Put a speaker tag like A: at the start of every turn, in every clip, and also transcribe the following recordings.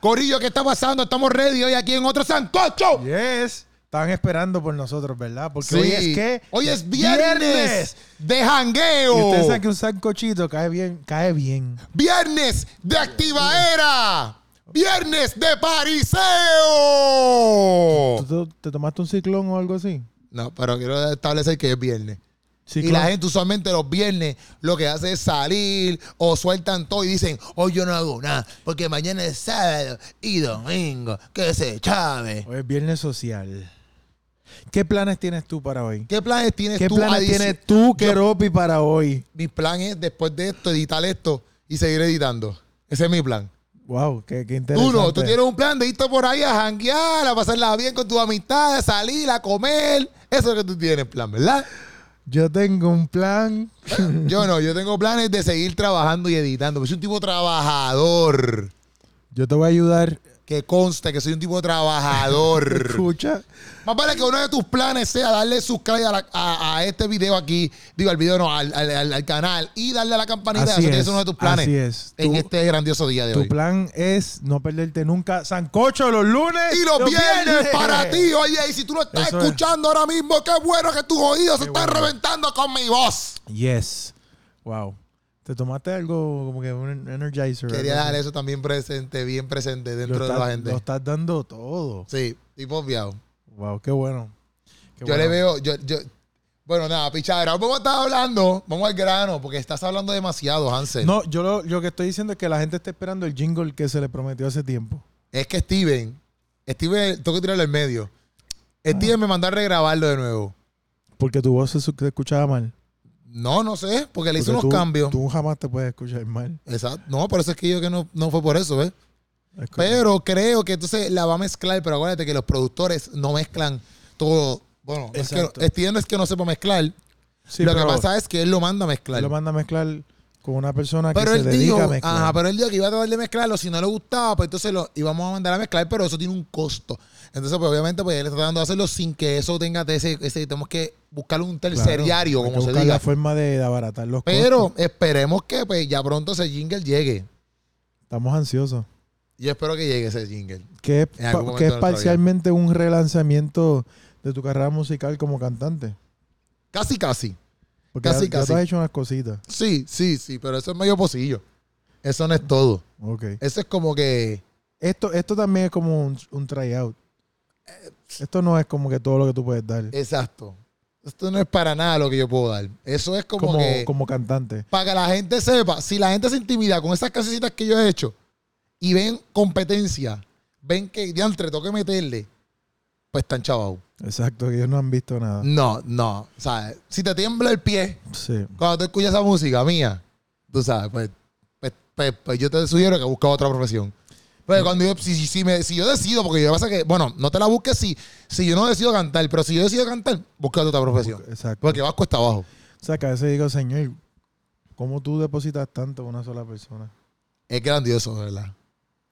A: Corillo, ¿qué está pasando? Estamos ready hoy aquí en otro Sancocho.
B: Yes. Están esperando por nosotros, ¿verdad? Porque
A: Sí.
B: hoy es que.
A: Hoy es viernes, Oh. de
B: Y
A: jangueo.
B: ustedes saben que un sancochito cae bien. Cae bien.
A: Viernes de activaera. Viernes de pariseo.
B: ¿Tú te, te tomaste un ciclón o algo así?
A: No, pero quiero establecer que es viernes.
B: Ciclón.
A: Y la gente usualmente los viernes lo que hace es salir o sueltan todo y dicen, hoy yo no hago nada, porque mañana es sábado y domingo, que se chave.
B: Hoy es viernes social. ¿Qué planes tienes tú para hoy?
A: ¿Qué planes tienes
B: ¿Qué
A: tú?
B: planes
A: adici-
B: tienes tú,
A: Yo-
B: Keropi, para hoy?
A: mi plan es después de esto editar esto y seguir editando. Ese es mi plan.
B: Wow, qué, qué
A: Tú
B: interesante.
A: no, tú tienes un plan de irte por ahí a janguear, a pasarla bien con tus amistades, a salir, a comer. Eso es lo que tú tienes plan, ¿verdad?
B: Yo tengo un plan.
A: Yo no, yo tengo planes de seguir trabajando y editando. Yo soy un tipo trabajador.
B: Yo te voy a ayudar.
A: Que conste que soy un tipo trabajador.
B: Escucha.
A: Más vale que uno de tus planes sea darle subscribe a, la- a- a este video aquí, digo al video no, al, al- al- al canal y darle a la campanita.
B: Así
A: eso tiene que
B: es,
A: ser uno de tus planes
B: así es.
A: en
B: Tú-
A: este grandioso día de
B: Tu
A: hoy.
B: plan es no perderte nunca sancocho los lunes
A: Y los viernes para ti, oye, y si tú lo estás
B: Eso es.
A: escuchando ahora mismo, qué bueno que tus oídos se
B: Qué
A: están
B: bueno.
A: reventando con mi voz.
B: Yes. Wow. ¿Te tomaste algo como que un energizer?
A: Quería
B: algo
A: dar
B: así?
A: eso también presente, bien presente
B: Lo
A: dentro de
B: estás-
A: la gente.
B: Lo estás dando todo.
A: Sí, tipo obviado.
B: Wow, qué bueno.
A: Yo
B: Qué bueno.
A: le veo, yo, yo, bueno, nada, pichadera, vamos a estar hablando, vamos al grano, porque estás hablando demasiado, Hansel.
B: No, yo lo, lo que estoy diciendo es que la gente está esperando el jingle que se le prometió hace tiempo.
A: Es que Steven, Steven, tengo que tirarlo al medio. Steven me mandó a regrabarlo de nuevo.
B: Porque tu voz se su- se escuchaba mal.
A: No, no sé, porque le hice
B: Porque
A: unos
B: tú-
A: cambios.
B: Tú jamás te puedes escuchar mal.
A: Exacto. No, por eso es que yo que no, no fue por eso, ¿ves?
B: Es que-
A: Pero creo que entonces la va a mezclar, pero acuérdate que los productores no mezclan todo. Bueno, no es que,
B: Exacto.
A: Steven no es que no sepa mezclar.
B: Sí,
A: lo que
B: pero
A: pasa es que él lo manda a
B: él
A: mezclar.
B: lo manda a mezclar con una persona
A: pero
B: que se
A: él
B: dedica
A: dijo,
B: a mezclar.
A: ajá, pero él dijo que iba a tratar de mezclarlo. Si no le gustaba, pues entonces lo íbamos a mandar a mezclar, pero eso tiene un costo. Entonces, pues obviamente, pues él está tratando de hacerlo sin que eso tenga ese, ese tenemos que buscar un terciariario,
B: Claro, hay que
A: como se
B: buscar
A: diga.
B: la forma de, de abaratar los
A: Pero
B: costos.
A: esperemos que pues, ya pronto ese jingle llegue.
B: Estamos ansiosos.
A: Yo espero que llegue ese jingle.
B: Que es,
A: En
B: pa-
A: algún momento
B: que
A: de
B: es
A: nuestra
B: parcialmente un relanzamiento de tu carrera musical como cantante.
A: Casi, casi.
B: Porque
A: Casi,
B: ya, ya
A: casi.
B: tú has hecho unas cositas.
A: Sí, sí, sí, pero eso es medio pocillo. Eso no es todo.
B: Ok.
A: Eso es como que.
B: Esto, esto también es como un, un tryout.
A: Eh,
B: Esto no es como que todo lo que tú puedes dar.
A: Exacto. Esto no es para nada lo que yo puedo dar. Eso es como,
B: como, como,
A: que.
B: cantante.
A: Para que la gente sepa, si la gente se intimida con esas casecitas que yo he hecho y ven competencia, ven que diantre, tengo que meterle, pues están chavados.
B: Exacto, que ellos no han visto nada.
A: No, no. O sea, si te tiembla el pie
B: Sí.
A: cuando tú escuchas esa música mía, tú sabes, pues, pues, pues, pues yo te sugiero que busques otra profesión. Pero cuando yo, si, si- si me- si yo decido, porque yo pasa que, bueno, no te la busques si, si yo no decido cantar, pero si yo decido cantar, busca otra profesión.
B: Exacto.
A: Porque vas cuesta abajo.
B: O sea, que a veces digo, señor, ¿cómo tú depositas tanto a una sola persona?
A: Es grandioso, de ¿verdad?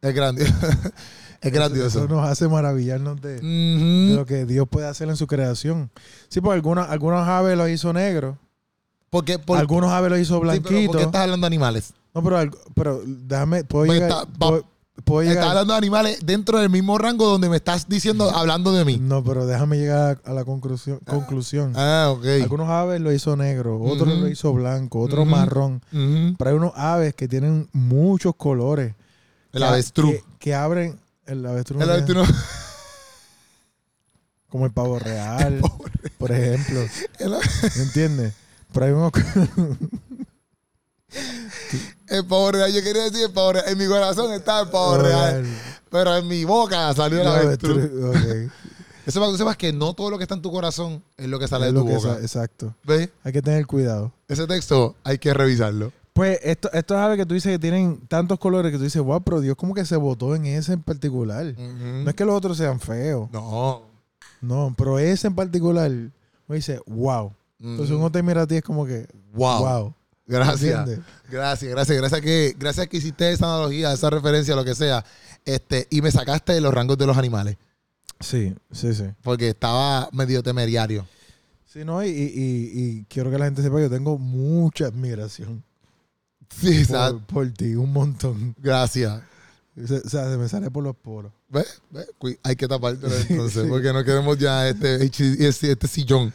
A: Es grandioso. es grandioso. Mm.
B: Eso nos hace maravillarnos de,
A: Ujú.
B: de lo que Dios puede hacer en su creación. Sí, porque algunos, algunos aves lo hizo negro,
A: Porque, por,
B: algunos aves lo hizo
A: sí, pero ¿por
B: blanquito.
A: qué estás hablando de animales?
B: No, pero, algo- pero déjame, puedo
A: Porque
B: llegar.
A: está- va-
B: puedo, puedo
A: Estás
B: llegar.
A: hablando de animales dentro del mismo rango donde me estás diciendo, hablando de mí.
B: No, pero déjame llegar a, a la conclusión. conclusión.
A: Ah, ok.
B: Algunos aves lo hizo negro, otros
A: Ujú.
B: lo hizo blanco, otros
A: Ujú.
B: marrón.
A: Ujú.
B: Pero hay unos aves que tienen muchos colores.
A: El
B: Que-
A: avestruz.
B: Que, que abren. El avestruz.
A: El
B: eh, no tiene-
A: avestruz.
B: Como el pavo real, por ejemplo.
A: El,
B: ¿Me entiendes? Pero hay unos.
A: el pavo real. Yo quería decir el pavo real. En mi corazón está el pavo real. Pero en mi boca salió el
B: El
A: avestruz.
B: avestruz, ok.
A: Eso para que tú sepas que no todo lo que está en tu corazón es lo que sale
B: Es
A: de
B: lo
A: tu
B: que
A: boca.
B: sa- Exacto.
A: ¿Ves?
B: Hay que tener cuidado.
A: Ese texto hay que revisarlo.
B: Pues esto, estos aves que tú dices que tienen tantos colores que tú dices, wow, pero Dios como que se votó en ese en particular. No es que los otros sean feos,
A: No.
B: no, pero ese en particular me dice, wow. Entonces uno te mira a ti es como que, wow.
A: Mm. wow. Gracias.
B: ¿Entiendes?
A: Gracias, gracias, gracias que, gracias que hiciste esa analogía, esa referencia, lo que sea, este, y me sacaste de los rangos de los animales,
B: Sí, sí, sí.
A: porque estaba medio temerario.
B: Sí, no, y, y- y- y quiero que la gente sepa que yo tengo mucha admiración
A: Sí,
B: por, por ti, un montón.
A: gracias.
B: Se- o sea, se me sale por los poros.
A: ¿Ve? ¿Ve? Cu- Hay que tapártelo entonces, porque no queremos ya este, este, este sillón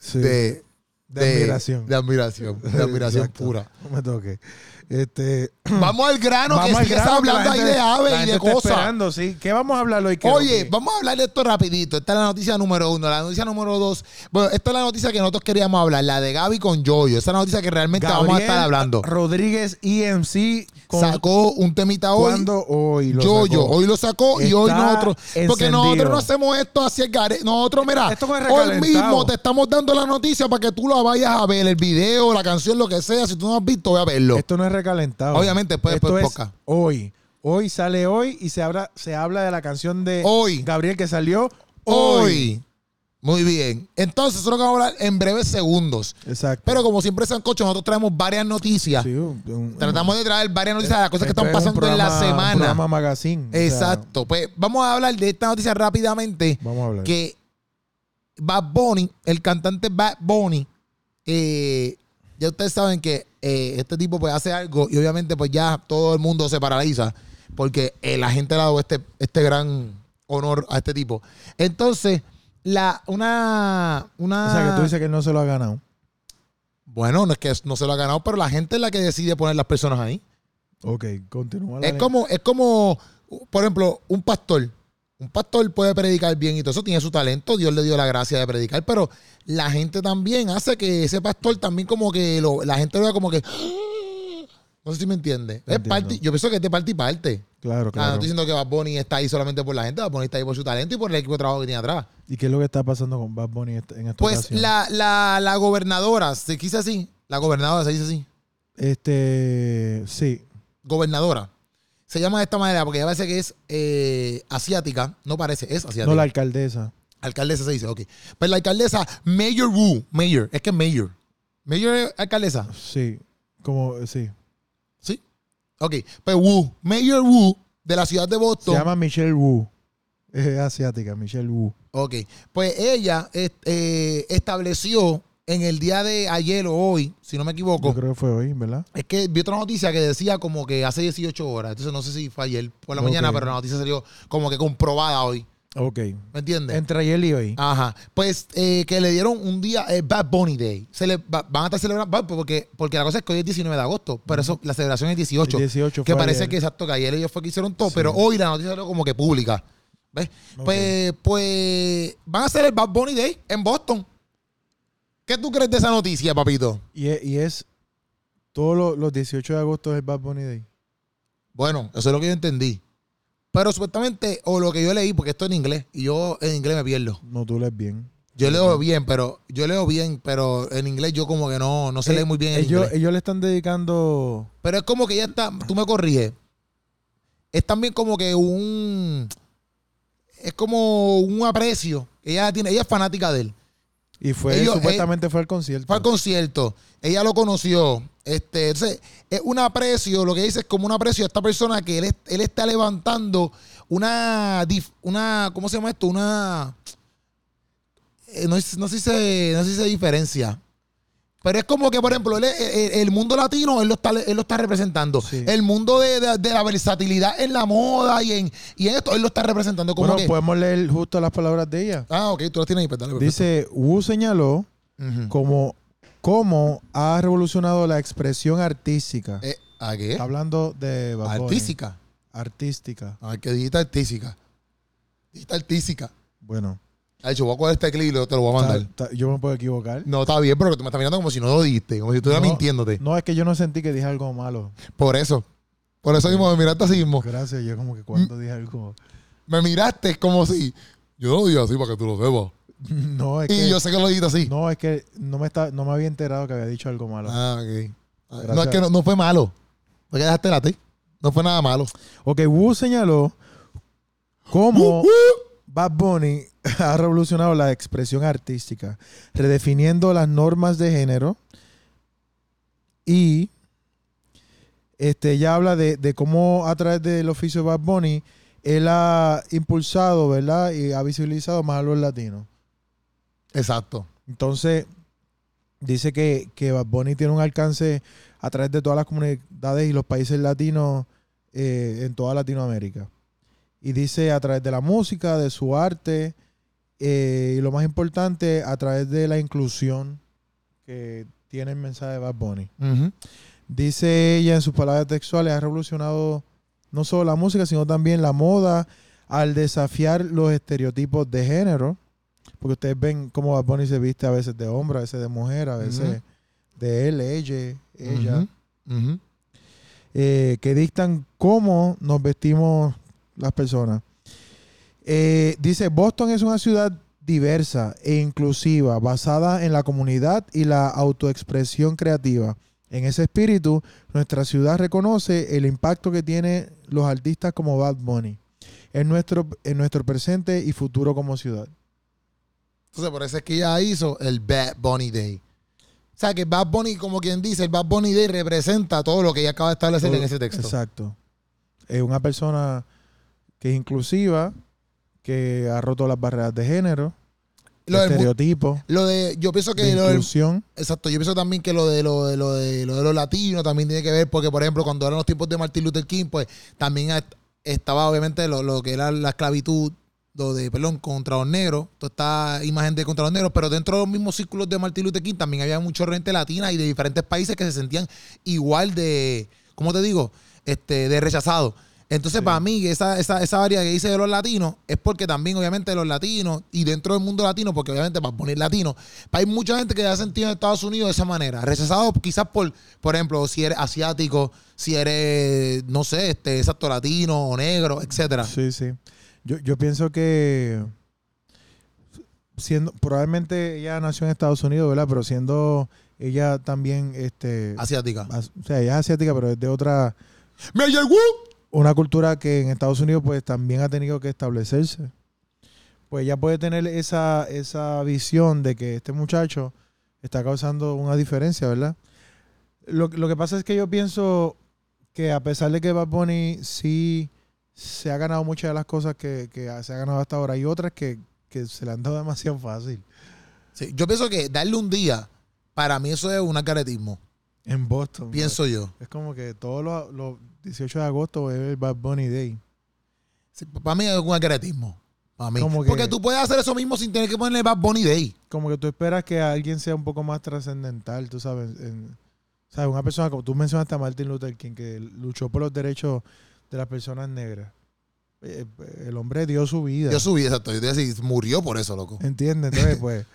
B: Sí,
A: de,
B: de admiración.
A: De admiración, de admiración
B: Exacto.
A: pura.
B: No me toque. Este,
A: Vamos al grano, que
B: vamos al
A: sigues
B: grano, que la
A: hablando ahí
B: gente-
A: de
B: la
A: aves y
B: gente
A: de
B: está
A: cosas.
B: esperando, sí. ¿Qué vamos a hablar hoy? Keropi?
A: Oye, vamos a hablar de esto rapidito. Esta es la noticia número uno. La noticia número dos. Bueno, esta es la noticia que nosotros queríamos hablar, la de Gaby con Yoyo. Esa es la noticia que realmente vamos a
B: Gabriel
A: estar hablando.
B: Rodríguez EMC con
A: Sacó un temita hoy.
B: ¿Cuándo? hoy lo
A: Yoyo.
B: sacó?
A: Hoy lo sacó y hoy
B: Está
A: nosotros. Porque
B: encendido.
A: nosotros no hacemos esto así el gare. Nosotros, mira,
B: Esto fue
A: hoy
B: recalentado.
A: mismo te estamos dando la noticia para que tú la vayas a ver, el video, la canción, lo que sea. Si tú no has visto, ve a verlo.
B: Esto no es recalentado.
A: Obviamente, después-
B: Esto
A: después
B: es
A: poca.
B: hoy. Hoy sale hoy y se habla, se habla de la canción de
A: Hoy.
B: Gabriel que salió
A: hoy.
B: hoy.
A: Muy bien. Entonces, eso es lo que vamos a hablar en breves segundos.
B: Exacto.
A: Pero como siempre, Sancocho, nosotros traemos varias noticias.
B: Sí, un- un-
A: Tratamos de traer varias noticias de las cosas que
B: esto
A: están
B: es un
A: pasando en la
B: programa- Un
A: semana.
B: programa magazine. o sea,
A: Exacto. Pues vamos a hablar de esta noticia rápidamente.
B: vamos a hablar.
A: Que Bad Bunny, el cantante Bad Bunny, eh, ya ustedes saben que eh, este tipo pues hace algo y obviamente pues ya todo el mundo se paraliza porque eh, la gente le ha dado este, este gran honor a este tipo. Entonces, la, una, una...
B: O sea, que tú dices que él no se lo ha ganado.
A: Bueno, no es que no se lo ha ganado, pero la gente es la que decide poner las personas ahí.
B: Ok, continúa. la
A: Es
B: le-
A: como, es como, por ejemplo, un pastor. Un pastor puede predicar bien y todo eso, tiene su talento, Dios le dio la gracia de predicar, pero la gente también hace que ese pastor también como que lo- la gente lo vea como que... ¡Ah! No sé si me entiende. Es
B: Entiendo.
A: parte- yo pienso que es de parte y parte.
B: Claro,
A: Ah, no
B: claro.
A: estoy diciendo que Bad Bunny está ahí solamente por la gente, Bad Bunny está ahí por su talento y por el equipo de trabajo que tiene atrás.
B: ¿Y qué es lo que está pasando con Bad Bunny est- en esta
A: Pues
B: ocasión?
A: la, la, la gobernadora, se dice así, la gobernadora se dice así.
B: Este, sí.
A: gobernadora. Se llama de esta manera porque ella parece que es eh, asiática. No parece, es asiática.
B: No la alcaldesa.
A: Alcaldesa se dice, ok. Pero la alcaldesa, Mayor Wu, Mayor, es que es Mayor. Mayor es alcaldesa,
B: Sí. Como, sí.
A: ¿sí? Ok, pues Wu, Mayor Wu de la ciudad de
B: Se
A: Boston.
B: llama Michelle Wu. Es asiática, Michelle Wu.
A: Ok, pues ella est- eh, estableció en el día de ayer o hoy, si no me equivoco,
B: Yo creo que fue hoy, ¿verdad?
A: Es que vi otra noticia que decía como que hace 18 horas. Entonces no sé si fue ayer por la
B: Ok.
A: mañana, pero la noticia salió como que comprobada hoy.
B: Ok.
A: ¿Me entiendes?
B: Entre ayer y hoy.
A: Ajá. Pues eh, que le dieron un día, eh, Bad Bunny Day. Se le, va- van a estar celebrando, va, porque, porque la cosa es que hoy es 19 de agosto, pero eso, la celebración es 18.
B: El 18
A: que
B: fue
A: parece
B: ayer.
A: que exacto, que ayer ellos fue que hicieron todo,
B: Sí.
A: pero hoy la noticia salió como que pública. ¿Ves?
B: Ok.
A: Pues, pues van a hacer el Bad Bunny Day en Boston. ¿Qué tú crees de esa noticia, papito?
B: Y es, y es todos los, los 18 de agosto es el Bad Bunny Day.
A: Bueno, eso es lo que yo entendí. Pero supuestamente, o lo que yo leí, porque esto es en inglés, y yo en inglés me pierdo.
B: No tú lees bien.
A: Yo leo bien, pero yo leo bien, pero en inglés yo como que no, no se lee
B: Eh,
A: muy bien el
B: ellos,
A: inglés.
B: ellos le están dedicando.
A: Pero es como que ya está, tú me corriges. Es también como que un es como un aprecio. Ella tiene, ella es fanática de él.
B: Y fue
A: Ellos- eh,
B: supuestamente fue al concierto.
A: Fue al concierto, ella lo conoció. Este, entonces, es un aprecio, lo que dice es como un aprecio a esta persona que él, es- él está levantando una, dif- una, ¿cómo se llama esto? Una, eh, no, es- no, sé si se, no sé si se diferencia. Pero es como que, por ejemplo, él es- el, el mundo latino, él lo está, él lo está representando.
B: Sí.
A: El mundo de, de- de la versatilidad en la moda y en, y en esto, él lo está representando. Como
B: Bueno, pues,
A: que,
B: podemos leer justo las palabras de ella.
A: ah, ok, tú las tienes ahí, pues, dale, perfecto.
B: Dice, Wu señaló
A: Ujú.
B: como cómo ha revolucionado la expresión artística.
A: Eh, ¿A qué?
B: Está hablando de Bad Bunny.
A: Artística.
B: Artística.
A: A ver, que dijiste artística. Dijiste artística.
B: Bueno,
A: De hecho, voy a coger este clip y luego te lo voy a mandar.
B: ta- ta- yo me puedo equivocar.
A: No, está bien, pero tú me estás mirando como si no lo dijiste, como si estuviera
B: No.
A: mintiéndote.
B: No, es que yo no sentí que dije algo malo.
A: Por eso. Por eso mismo me miraste así mismo.
B: Gracias, yo como que cuando dije algo.
A: Me miraste como si. Yo no lo dije así para que tú lo sepas.
B: No, es
A: Y
B: que
A: yo sé que lo dijiste así.
B: no, es que no me está, no me había enterado que había dicho algo malo.
A: Ah, ok. No, es
B: Gracias.
A: que no, no fue malo. Porque dejaste la ti. No fue nada malo.
B: Ok, Wu señaló cómo Bad Bunny ha revolucionado la expresión artística, redefiniendo las normas de género y este, ella habla de, de cómo a través del oficio de Bad Bunny él ha impulsado, ¿verdad? Y ha visibilizado más a los latinos.
A: Exacto.
B: Entonces, dice que, que Bad Bunny tiene un alcance a través de todas las comunidades y los países latinos eh, en toda Latinoamérica. Y dice a través de la música, de su arte eh, y lo más importante, a través de la inclusión que tiene el mensaje de Bad Bunny.
A: Ujú.
B: Dice ella en sus palabras textuales, ha revolucionado no solo la música, sino también la moda al desafiar los estereotipos de género. Porque ustedes ven cómo Bad Bunny se viste a veces de hombre, a veces de mujer, a veces
A: Ujú.
B: de él, ella, ella.
A: Ujú. Ujú.
B: eh, que dictan cómo nos vestimos las personas. Eh, dice, Boston es una ciudad diversa e inclusiva, basada en la comunidad y la autoexpresión creativa. En ese espíritu, nuestra ciudad reconoce el impacto que tienen los artistas como Bad Bunny en nuestro, en nuestro presente y futuro como ciudad.
A: Entonces, por eso es que ella hizo el Bad Bunny Day. O sea, que Bad Bunny, como quien dice, el Bad Bunny Day representa todo lo que ella acaba de establecer en ese texto.
B: Exacto. Es una persona que es inclusiva, que ha roto las barreras de género,
A: Lo del mu-
B: estereotipos.
A: Lo de, yo pienso que
B: de
A: lo del-
B: inclusión.
A: exacto, yo pienso también que lo de lo de lo de lo de los latinos también tiene que ver, porque por ejemplo, cuando eran los tiempos de Martin Luther King, pues también est- estaba obviamente lo, lo que era la esclavitud, lo de, perdón, contra los negros, toda esta imagen de contra los negros, pero dentro de los mismos círculos de Martin Luther King también había mucha gente latina y de diferentes países que se sentían igual de, ¿cómo te digo? Este, de rechazado. Entonces,
B: Sí.
A: para mí, esa, esa, esa variedad que dice de los latinos es porque también, obviamente, los latinos y dentro del mundo latino, porque obviamente para poner latino, hay mucha gente que ha sentido en Estados Unidos de esa manera, rechazado quizás por, por ejemplo, si eres asiático, si eres, no sé, este, exacto, latino o negro, etcétera.
B: Sí, sí. Yo, yo pienso que siendo probablemente ella nació en Estados Unidos, ¿verdad? Pero siendo ella también este
A: Asiática.
B: as- o sea, ella es asiática, pero es de otra
A: Major Wu.
B: una cultura que en Estados Unidos pues también ha tenido que establecerse. Pues ella puede tener esa esa visión de que este muchacho está causando una diferencia, ¿verdad? Lo, lo que pasa es que yo pienso que a pesar de que Bad Bunny sí se ha ganado muchas de las cosas que, que se ha ganado hasta ahora, hay otras que, que se le han dado demasiado fácil.
A: Sí, yo pienso que darle un día, para mí eso es un acaretismo,
B: En Boston.
A: pienso yo.
B: pues, Es como que todos los, los 18 de agosto es el Bad Bunny Day.
A: para mí es un acaretismo. Para mí.
B: Como que-
A: Porque tú puedes hacer eso mismo sin tener que ponerle Bad Bunny Day.
B: Como que tú esperas que alguien sea un poco más trascendental, tú sabes. en- sabes, una persona como tú mencionaste a Martin Luther King, que luchó por los derechos de las personas negras. Eh, El hombre dio su vida.
A: Yo subí, exacto. Yo te iba a decir, murió por eso, loco.
B: ¿Entiendes? Entonces, pues,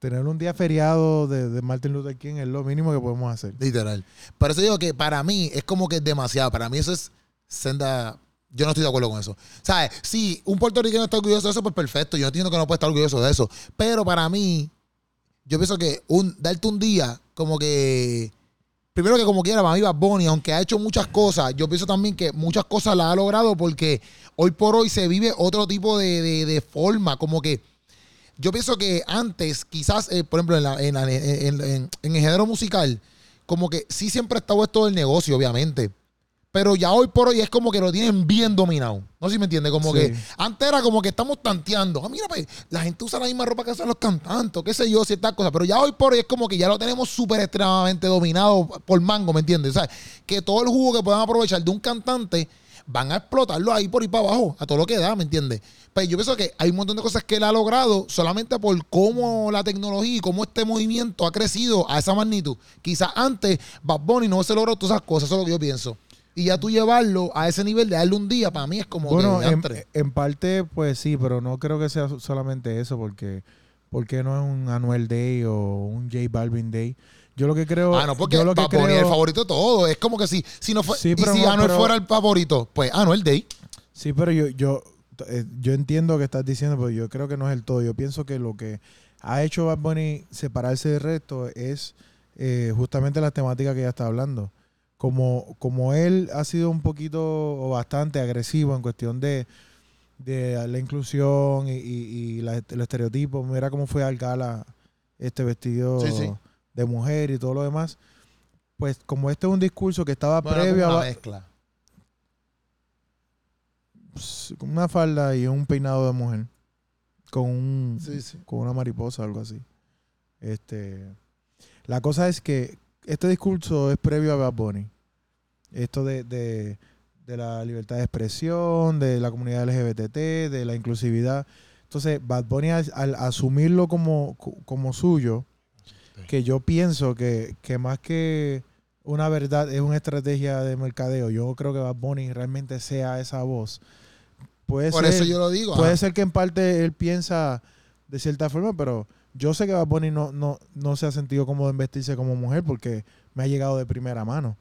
B: tener un día feriado de, de Martin Luther King es lo mínimo que podemos hacer.
A: Literal. Por eso digo que para mí es como que es demasiado. Para mí eso es senda. Yo no estoy de acuerdo con eso. ¿Sabes? Si un puertorriqueño está orgulloso de eso, pues perfecto. Yo entiendo que no puede estar orgulloso de eso. Pero para mí, yo pienso que un, darte un día, como que. Primero que como quiera, para mí Bad Bunny, aunque ha hecho muchas cosas, yo pienso también que muchas cosas las ha logrado porque hoy por hoy se vive otro tipo de, de- de forma, como que yo pienso que antes, quizás, eh, por ejemplo, en, la- en la- en- en- en el género musical, como que sí siempre ha estado esto del negocio, obviamente. Pero ya hoy por hoy es como que lo tienen bien dominado. No sé si me entiende. Como
B: Sí.
A: que antes era como que estamos tanteando. Ah, mira, pues, la gente usa la misma ropa que usan los cantantes, qué sé yo, ciertas cosas. Pero ya hoy por hoy es como que ya lo tenemos súper extremadamente dominado por mango, ¿me entiendes? O sea, que todo el jugo que puedan aprovechar de un cantante van a explotarlo ahí por ir para abajo, a todo lo que da, ¿me entiendes? Pero yo pienso que hay un montón de cosas que él ha logrado solamente por cómo la tecnología y cómo este movimiento ha crecido a esa magnitud. Quizás antes Bad Bunny no se logró todas esas cosas, eso es lo que yo pienso. Y ya tú llevarlo a ese nivel de darle un día, para mí es como
B: Bueno, em,
A: que,
B: en,
A: "Diantre".
B: en parte, pues sí, pero no creo que sea so- solamente eso, porque ¿por qué no es un Anuel Day o un J Balvin Day? Yo lo que creo.
A: Ah, no, porque
B: yo
A: Bad
B: lo que
A: Bunny es el
B: creo-
A: favorito de todo. Es como que si, si no fue,
B: Sí,
A: y
B: pero
A: si
B: no,
A: Anuel
B: pero-
A: fuera el favorito, pues Anuel Day.
B: Sí, pero yo, yo, eh, yo entiendo que estás diciendo, pero yo creo que no es el todo. Yo pienso que lo que ha hecho Bad Bunny separarse del resto es eh, justamente la temática que ya está hablando. Como, como él ha sido un poquito o bastante agresivo en cuestión de, de la inclusión y, y- y la- el estereotipo, mira cómo fue al gala este vestido
A: Sí, sí.
B: de mujer y todo lo demás. Pues como este es un discurso que estaba
A: Bueno, pues,
B: previo a,
A: una
B: Ba-
A: mezcla.
B: pues, con una falda y un peinado de mujer con un
A: Sí, sí.
B: con una mariposa algo así este la cosa es que este discurso es previo a Bad Bunny esto de, de, de la libertad de expresión, de la comunidad LGBT, de la inclusividad. Entonces, Bad Bunny al, al asumirlo como, como suyo,
A: Sí.
B: que yo pienso que, que más que una verdad es una estrategia de mercadeo, yo creo que Bad Bunny realmente sea esa voz. Puede
A: Por
B: ser-
A: eso yo lo digo.
B: Puede
A: ajá.
B: ser que en parte él piensa de cierta forma, pero yo sé que Bad Bunny no, no, no se ha sentido cómodo en vestirse como mujer porque me ha llegado de primera mano.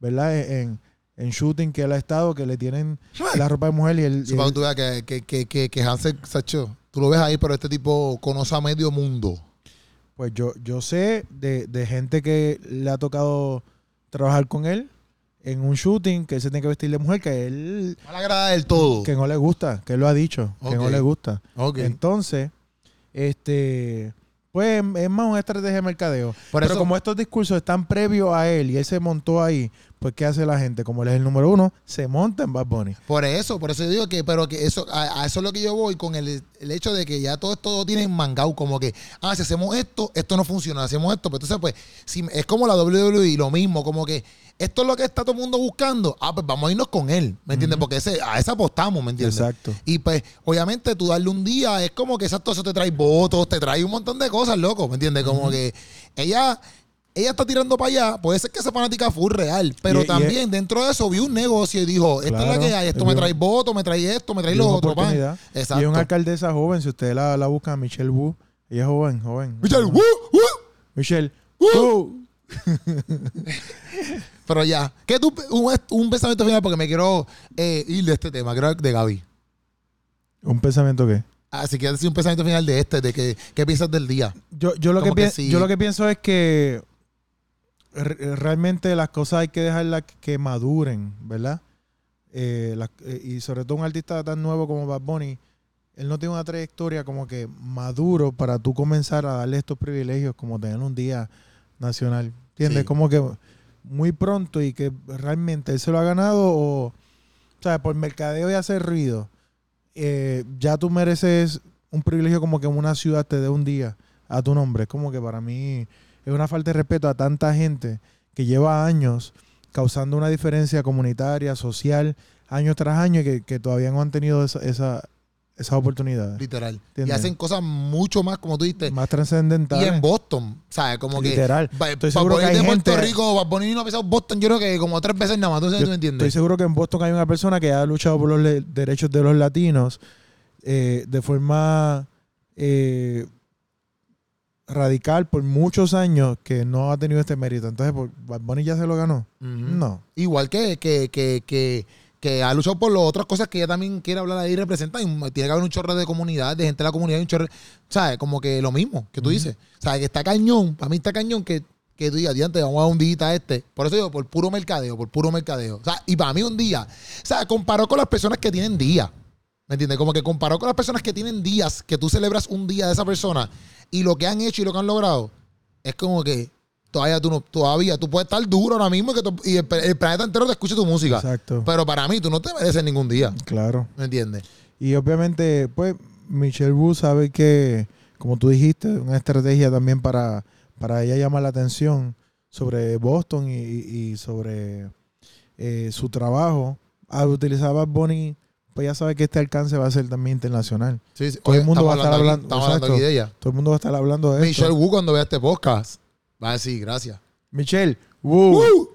B: ¿Verdad? E, En, en shooting que él ha estado, que le tienen la ropa de mujer y él. y
A: Supongo que
B: él-
A: tú veas que, que, que, que, que Hansel, Sacho, tú lo ves ahí, pero este tipo conoce a medio mundo.
B: pues yo, yo sé de, de gente que le ha tocado trabajar con él en un shooting que él se tiene que vestir de mujer, que él.
A: No le agrada del todo.
B: que no le gusta, que él lo ha dicho, que no
A: Oh. Ok.
B: le gusta.
A: Ok.
B: Entonces, este, pues es más una estrategia de mercadeo.
A: Por
B: Pero
A: eso,
B: como estos discursos están previos a él y él se montó ahí, pues ¿qué hace la gente? Como él es el número uno, se monta en Bad Bunny.
A: por eso, por eso yo digo que, pero que eso, a, a eso es lo que yo voy con el, el hecho de que ya todo esto lo tienen mangado, como que, ah, si hacemos esto, esto no funciona, hacemos esto, pero entonces pues, si, es como la WWE, lo mismo, como que esto es lo que está todo el mundo buscando, ah, pues vamos a irnos con él, ¿me entiendes? Porque ese, a ese apostamos, ¿me entiendes?
B: Exacto.
A: Y pues, obviamente, tú darle un día es como que exacto, eso te trae votos, te trae un montón de cosas, loco, ¿me entiendes? Como que ella, ella está tirando para allá, puede ser que esa fanática full real, pero
B: Y- y-
A: también dentro de eso vio un negocio y dijo, esta es
B: Claro,
A: la que hay, esto
B: vio-
A: me trae votos, me trae esto, me trae
B: Y
A: lo
B: una
A: otro, pan.
B: oportunidad.
A: Exacto.
B: Y es una alcaldesa joven, si usted la, la busca, Michelle Wu, ella es joven, joven.
A: Michelle,
B: Joven.
A: ¡uh! ¡uh!
B: Michelle
A: ¡uh!
B: Wu.
A: Pero ya, ¿qué tú, un, un pensamiento final porque me quiero eh, ir de este tema, creo que de Gaby.
B: ¿Un pensamiento qué?
A: Así que decir un pensamiento final de este, de que, qué piensas del día.
B: Yo, yo, lo que
A: Como que
B: pien-
A: sí.
B: yo lo que pienso es que re- realmente las cosas hay que dejarlas que maduren, ¿verdad? Eh, las- eh, y sobre todo un artista tan nuevo como Bad Bunny, él no tiene una trayectoria como que maduro para tú comenzar a darle estos privilegios como tener un día nacional. ¿Entiendes?
A: Sí.
B: Como que muy pronto y que realmente él se lo ha ganado o, o sea, por mercadeo y hacer ruido. eh, ya tú mereces un privilegio como que una ciudad te dé un día a tu nombre. Es como que para mí es una falta de respeto a tanta gente que lleva años causando una diferencia comunitaria, social, año tras año y que, que todavía no han tenido esa, esa, esas oportunidades.
A: Literal. Y
B: Entiendo.
A: hacen cosas mucho más, como tú dijiste, y
B: Más
A: en
B: trascendentales.
A: Boston, ¿sabes? Como que.
B: Literal.
A: Ba-
B: Estoy
A: Bad
B: seguro que
A: Bunny
B: hay
A: de Puerto
B: gente-
A: Rico, Bad Bunny no ha pisado Boston, yo creo que como tres veces nada más, entonces
B: Yo
A: tú me
B: Estoy
A: entiendes.
B: seguro que en Boston hay una persona que ha luchado por los le- derechos de los latinos eh, de forma eh, radical por muchos años que no ha tenido este mérito. Entonces, ¿por- ¿Bad Bunny ya se lo ganó?
A: Ujú.
B: No.
A: Igual que, que, que, que, que ha luchado por las otras cosas que ella también quiere hablar ahí y representa, y tiene que haber un chorro de comunidad, de gente de la comunidad, y un chorro, ¿sabes? Como que lo mismo que tú
B: Ujú.
A: dices. O sea, que está cañón, para mí está cañón que, que tú digas, diante, vamos a dar un día a este. Por eso digo, por puro mercadeo, por puro mercadeo. O sea, y para mí un día, o sea, comparó con las personas que tienen día. ¿Me entiendes? Como que comparó con las personas que tienen días, que tú celebras un día de esa persona y lo que han hecho y lo que han logrado, es como que todavía tú, no, todavía tú puedes estar duro ahora mismo y, que tú- y el, el planeta entero te escuche tu música.
B: Exacto.
A: Pero para mí tú no te mereces ningún día.
B: Claro.
A: ¿Me entiendes?
B: Y obviamente, pues, Michelle Wu sabe que, como tú dijiste, una estrategia también para, para ella llamar la atención sobre Boston y, y- y sobre eh, su trabajo. Al utilizar Bad Bunny, pues ya sabe que este alcance va a ser también internacional.
A: Sí, sí.
B: Todo el
A: Oye,
B: mundo
A: estamos
B: va a estar
A: aquí-
B: hablando-
A: Estamos hablando aquí
B: exacto.
A: de ella.
B: Todo el mundo va a estar hablando de
A: Michelle
B: esto.
A: Wu cuando vea este podcast va a decir gracias.
B: Michelle Wu.
A: ¡Wu!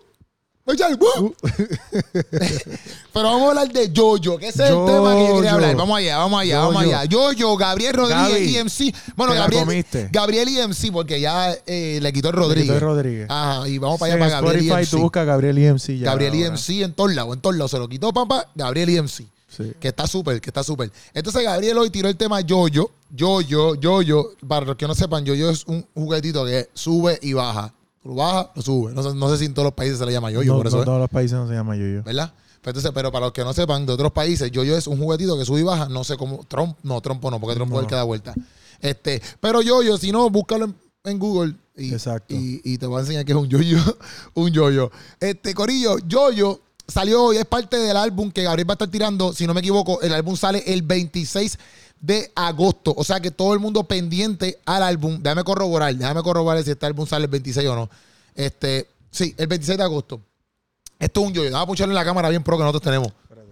A: Michelle Wu.
B: Uh.
A: Pero vamos a hablar de Jojo, que ese es el
B: Yo-Yo.
A: tema que yo quería hablar. Vamos allá, vamos allá, vamos
B: Yo-Yo.
A: allá. Jojo, Gabriel Rodríguez,
B: Gaby,
A: IMC. Bueno,
B: te la
A: Gabriel,
B: comiste.
A: Gabriel IMC, porque ya eh, le quitó el
B: Le quitó
A: Rodríguez.
B: el Rodríguez.
A: Ajá, y vamos para allá
B: en
A: para Gabriel
B: Spotify tú
A: IMC.
B: buscas Gabriel EMC ya.
A: Gabriel
B: ahora.
A: IMC en todos lados, en todos lados. Se lo quitó, papá, Gabriel E IMC.
B: Sí.
A: Que está súper, que está súper. Entonces Gabriel hoy tiró el tema Yo-Yo. Yo-Yo, Yo-Yo. Para los que no sepan, Yo-Yo es un juguetito que sube y baja. Lo baja, lo sube. No, sé- no sé si en todos los países se le llama Yo-Yo,
B: No,
A: por
B: no
A: eso. ¿eh?
B: todos los países no se llama yo-yo.
A: ¿Verdad? Pero, entonces, pero para los que no sepan de otros países, yo-yo es un juguetito que sube y baja. No sé cómo. Trump, no, trompo no, porque trompo es el
B: No.
A: que da vuelta. Este, pero yo-yo, si no, búscalo en, en Google y,
B: Exacto.
A: y, y te voy a enseñar que es un yo-yo. un yo-yo. Este, Corillo, yo-yo salió hoy, es parte del álbum que Gabriel va a estar tirando. Si no me equivoco, el álbum sale el 26 de agosto. O sea que todo el mundo pendiente al álbum. Déjame corroborar, déjame corroborar si este álbum sale el 26 o no. Este, sí, el 26 de agosto. Esto es un yo-yo. Vamos a poncharlo en la cámara bien pro que nosotros tenemos.
B: Espérate.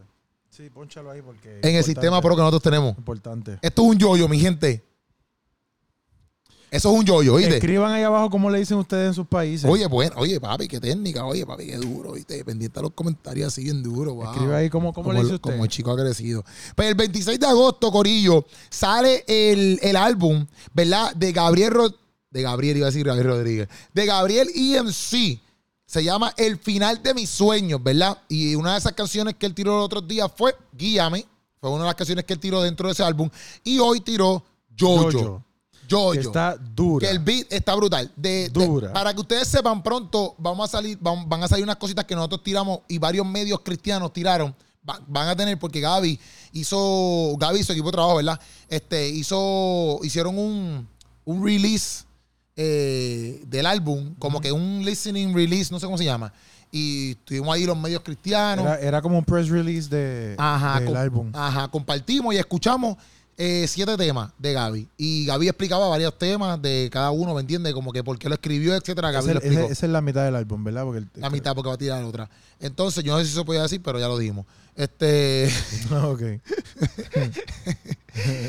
B: Sí, ponchalo ahí porque.
A: En el sistema pro que nosotros tenemos.
B: Importante.
A: Esto es un yo-yo, mi gente. Eso es un yo-yo, ¿oíste?
B: Escriban ahí abajo cómo le dicen ustedes en sus países.
A: Oye, bueno, oye, papi, qué técnica, oye, papi, qué duro, ¿viste? Pendiente a los comentarios así bien duro, wow.
B: Escribe ahí cómo, cómo le dice usted.
A: como el chico ha crecido. Pues el 26 de agosto, Corillo, sale el, el álbum, ¿verdad? De Gabriel Ro- de Gabriel, iba a decir Gabriel Rodríguez. De Gabriel EMC. Se llama El final de mis sueños, ¿verdad? Y una de esas canciones que él tiró los otros días fue Guíame. Fue una de las canciones que él tiró dentro de ese álbum. Y hoy tiró Jojo. Jojo.
B: Jojo. Que está dura.
A: Que el beat está brutal. De, de-
B: Dura.
A: para que ustedes sepan pronto, vamos a salir, van, van a salir unas cositas que nosotros tiramos y varios medios cristianos tiraron. Va- van a tener, porque Gaby hizo, Gaby y su equipo de trabajo, ¿verdad? Este, hizo, hicieron un, un release eh, del álbum, como que un listening release, no sé cómo se llama. Y tuvimos ahí los medios cristianos.
B: Era, era como un press release de,
A: Ajá, Ah,
B: del
A: com-
B: álbum.
A: Ajá, compartimos y escuchamos eh, siete temas de Gaby. Y Gaby explicaba varios temas de cada uno, ¿me entiendes? Como que por qué lo escribió, etcétera. Gaby
B: Ese-
A: lo
B: ese-
A: explicó.
B: esa es la mitad del álbum, ¿verdad? Porque el-
A: la mitad porque va a tirar otra. Entonces, yo no sé si eso podía decir, pero ya lo dijimos. Este,
B: Ah, ok.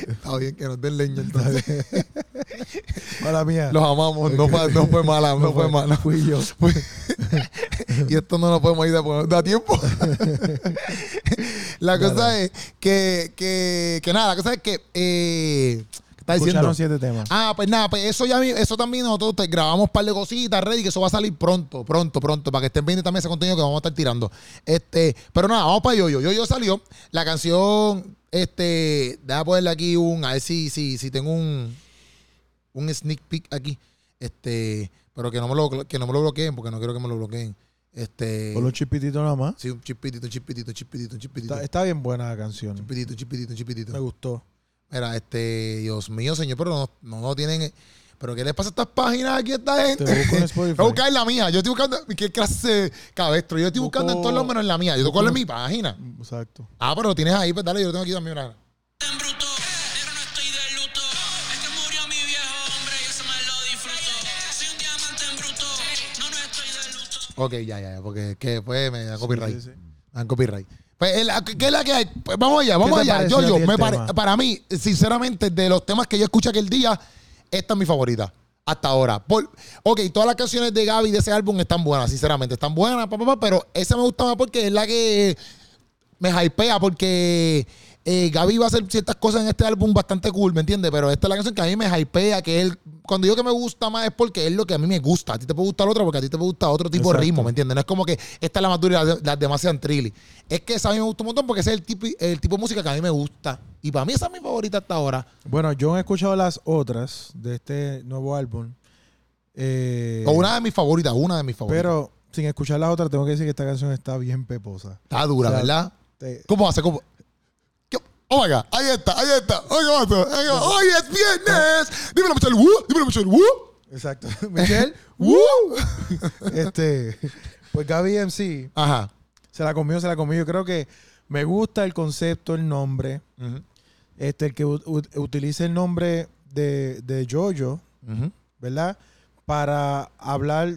A: está bien que nos den leña entonces.
B: Mala mía.
A: Los amamos, no fue, no fue mala, no, fue, mala.
B: Fui yo.
A: y esto no nos podemos ir de porque no da tiempo. la cosa
B: Claro.
A: es que, que, que nada, la cosa es que eh, ¿qué está diciendo?
B: Escucharon siete temas.
A: Ah, pues nada, pues eso ya eso también nosotros te grabamos un par de cositas, ready, que eso va a salir pronto, pronto, pronto, para que estén viendo también ese contenido que vamos a estar tirando. Este, pero nada, vamos para Yoyo. Yoyo salió. La canción, este, déjame ponerle aquí un, a ver si, si, si tengo un, un sneak peek aquí. Este, pero que no me lo que no me lo bloqueen, porque no quiero que me lo bloqueen. Este.
B: Con los chipititos nada más.
A: Sí, un chispitito, un chispitito, un chispitito, un chispitito.
B: Está, está bien buena la canción.
A: Chispitito, chispitito, chispitito.
B: Me gustó.
A: Mira, este, Dios mío, señor, pero no, no, no tienen. ¿Pero qué les pasa a estas páginas aquí a esta
B: Te
A: gente?
B: lo busco en
A: Voy a
B: Spotify.
A: buscar en la mía. Yo estoy buscando. ¿Qué clase de cabestro? Yo estoy buscando en
B: Busco-
A: todos los menos en la mía. Yo busco en
B: busco-
A: mi página.
B: Exacto.
A: Ah, pero lo tienes ahí, pues dale, yo lo tengo aquí también. mira.
C: en bruto. Negro no estoy de luto. Es que murió mi viejo hombre y eso me lo disfruto. Soy un diamante en bruto. No, no estoy de luto.
A: Ok, ya, ya, ya, porque es que después me da copyright.
B: Sí, sí, sí.
A: Me dan copyright. Pues, el- ¿qué es la que hay? Pues vamos allá, vamos
B: te
A: allá.
B: pareció
A: Yo,
B: a
A: yo,
B: ti el
A: me pare-
B: tema?
A: para mí, sinceramente, de los temas que yo escuché aquel día, esta es mi favorita. Hasta ahora. Por- ok, todas las canciones de Gaby de ese álbum están buenas, sinceramente. Están buenas, pa, pa, pa, pero esa me gusta más porque es la que me hypea, porque eh, Gaby va a hacer ciertas cosas en este álbum bastante cool, ¿me entiendes? Pero esta es la canción que a mí me hypea, que él, cuando digo que me gusta más es porque es lo que a mí me gusta. A ti te puede gustar otra porque a ti te puede gustar otro tipo de
B: Exacto.
A: ritmo, ¿me entiendes? No es como que esta es la más dura y las de- las demás sean trilly. Es que esa a mí me gusta un montón porque ese es el tipo, el tipo de música que a mí me gusta. Y para mí esa es mi favorita hasta ahora.
B: Bueno, yo he escuchado las otras de este nuevo álbum. Eh,
A: O una de mis favoritas, una de mis favoritas.
B: Pero sin escuchar las otras, tengo que decir que esta canción está bien peposa.
A: Está dura,
B: o sea,
A: ¿verdad?
B: Te-
A: ¿Cómo hace? ¿Cómo? ¿Qué? Oh my God, ahí está, ahí está. Oh Oye, vato, ahí va. hoy es viernes. Dímelo, Michelle, ¡Woo! dímelo, Michelle, ¡Woo!
B: Exacto. Michelle,
A: ¡Woo!
B: este, pues Gaby MC
A: Ajá.
B: se la comió, se la comió. Yo creo que me gusta el concepto, el nombre.
A: Ujú,
B: Este, el que u- u- utilice el nombre de, de Jojo,
A: ujú.
B: ¿verdad? Para hablar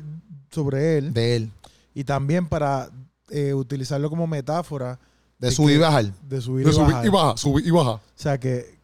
B: sobre él
A: De él,
B: y también para eh, utilizarlo como metáfora
A: de
B: Es
A: subir y
B: que-
A: bajar.
B: de subir
A: De
B: y
A: subir
B: bajar.
A: y baja, subir y baja.
B: O sea, que,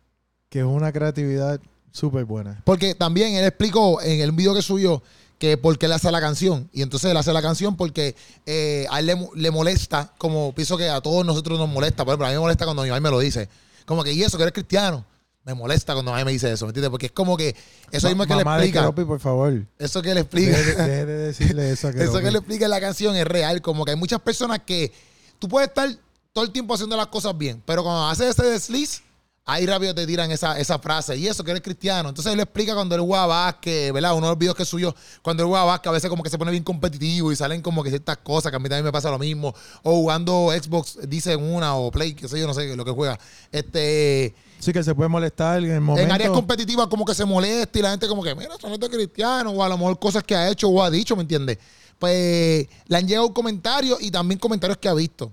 B: que es una creatividad súper buena.
A: Porque también él explicó en el video que subió que por qué él hace la canción. Y entonces él hace la canción porque eh, a él le, mo- le molesta, como pienso que a todos nosotros nos molesta. Por ejemplo, a mí me molesta cuando mi mamá me lo dice. Como que, ¿y eso que eres cristiano? Me molesta cuando mi mamá me dice eso, ¿me entiendes? Porque es como que eso mismo que le
B: Mamá de
A: explica.
B: Keropi, por favor.
A: Eso que le
B: Deje,
A: explica.
B: de- deje de decirle eso a Keropi.
A: Eso que le explica en la canción es real. Como que hay muchas personas que tú puedes estar todo el tiempo haciendo las cosas bien, pero cuando haces ese desliz, ahí rápido te tiran esa, esa frase. Y eso que eres cristiano. Entonces él lo explica cuando él juega básquet, ¿verdad? Uno de los videos que suyo, cuando él juega básquet, a veces como que se pone bien competitivo y salen como que ciertas cosas, que a mí también me pasa lo mismo. O jugando Xbox, dicen una, o Play, qué sé yo, no sé lo que juega. Este.
B: Sí, que se puede molestar en el momento.
A: En áreas competitivas como que se molesta y la gente como que, mira, son estos cristianos, o a lo mejor cosas que ha hecho o ha dicho, ¿me entiendes? Pues le han llegado comentarios y también comentarios que ha visto.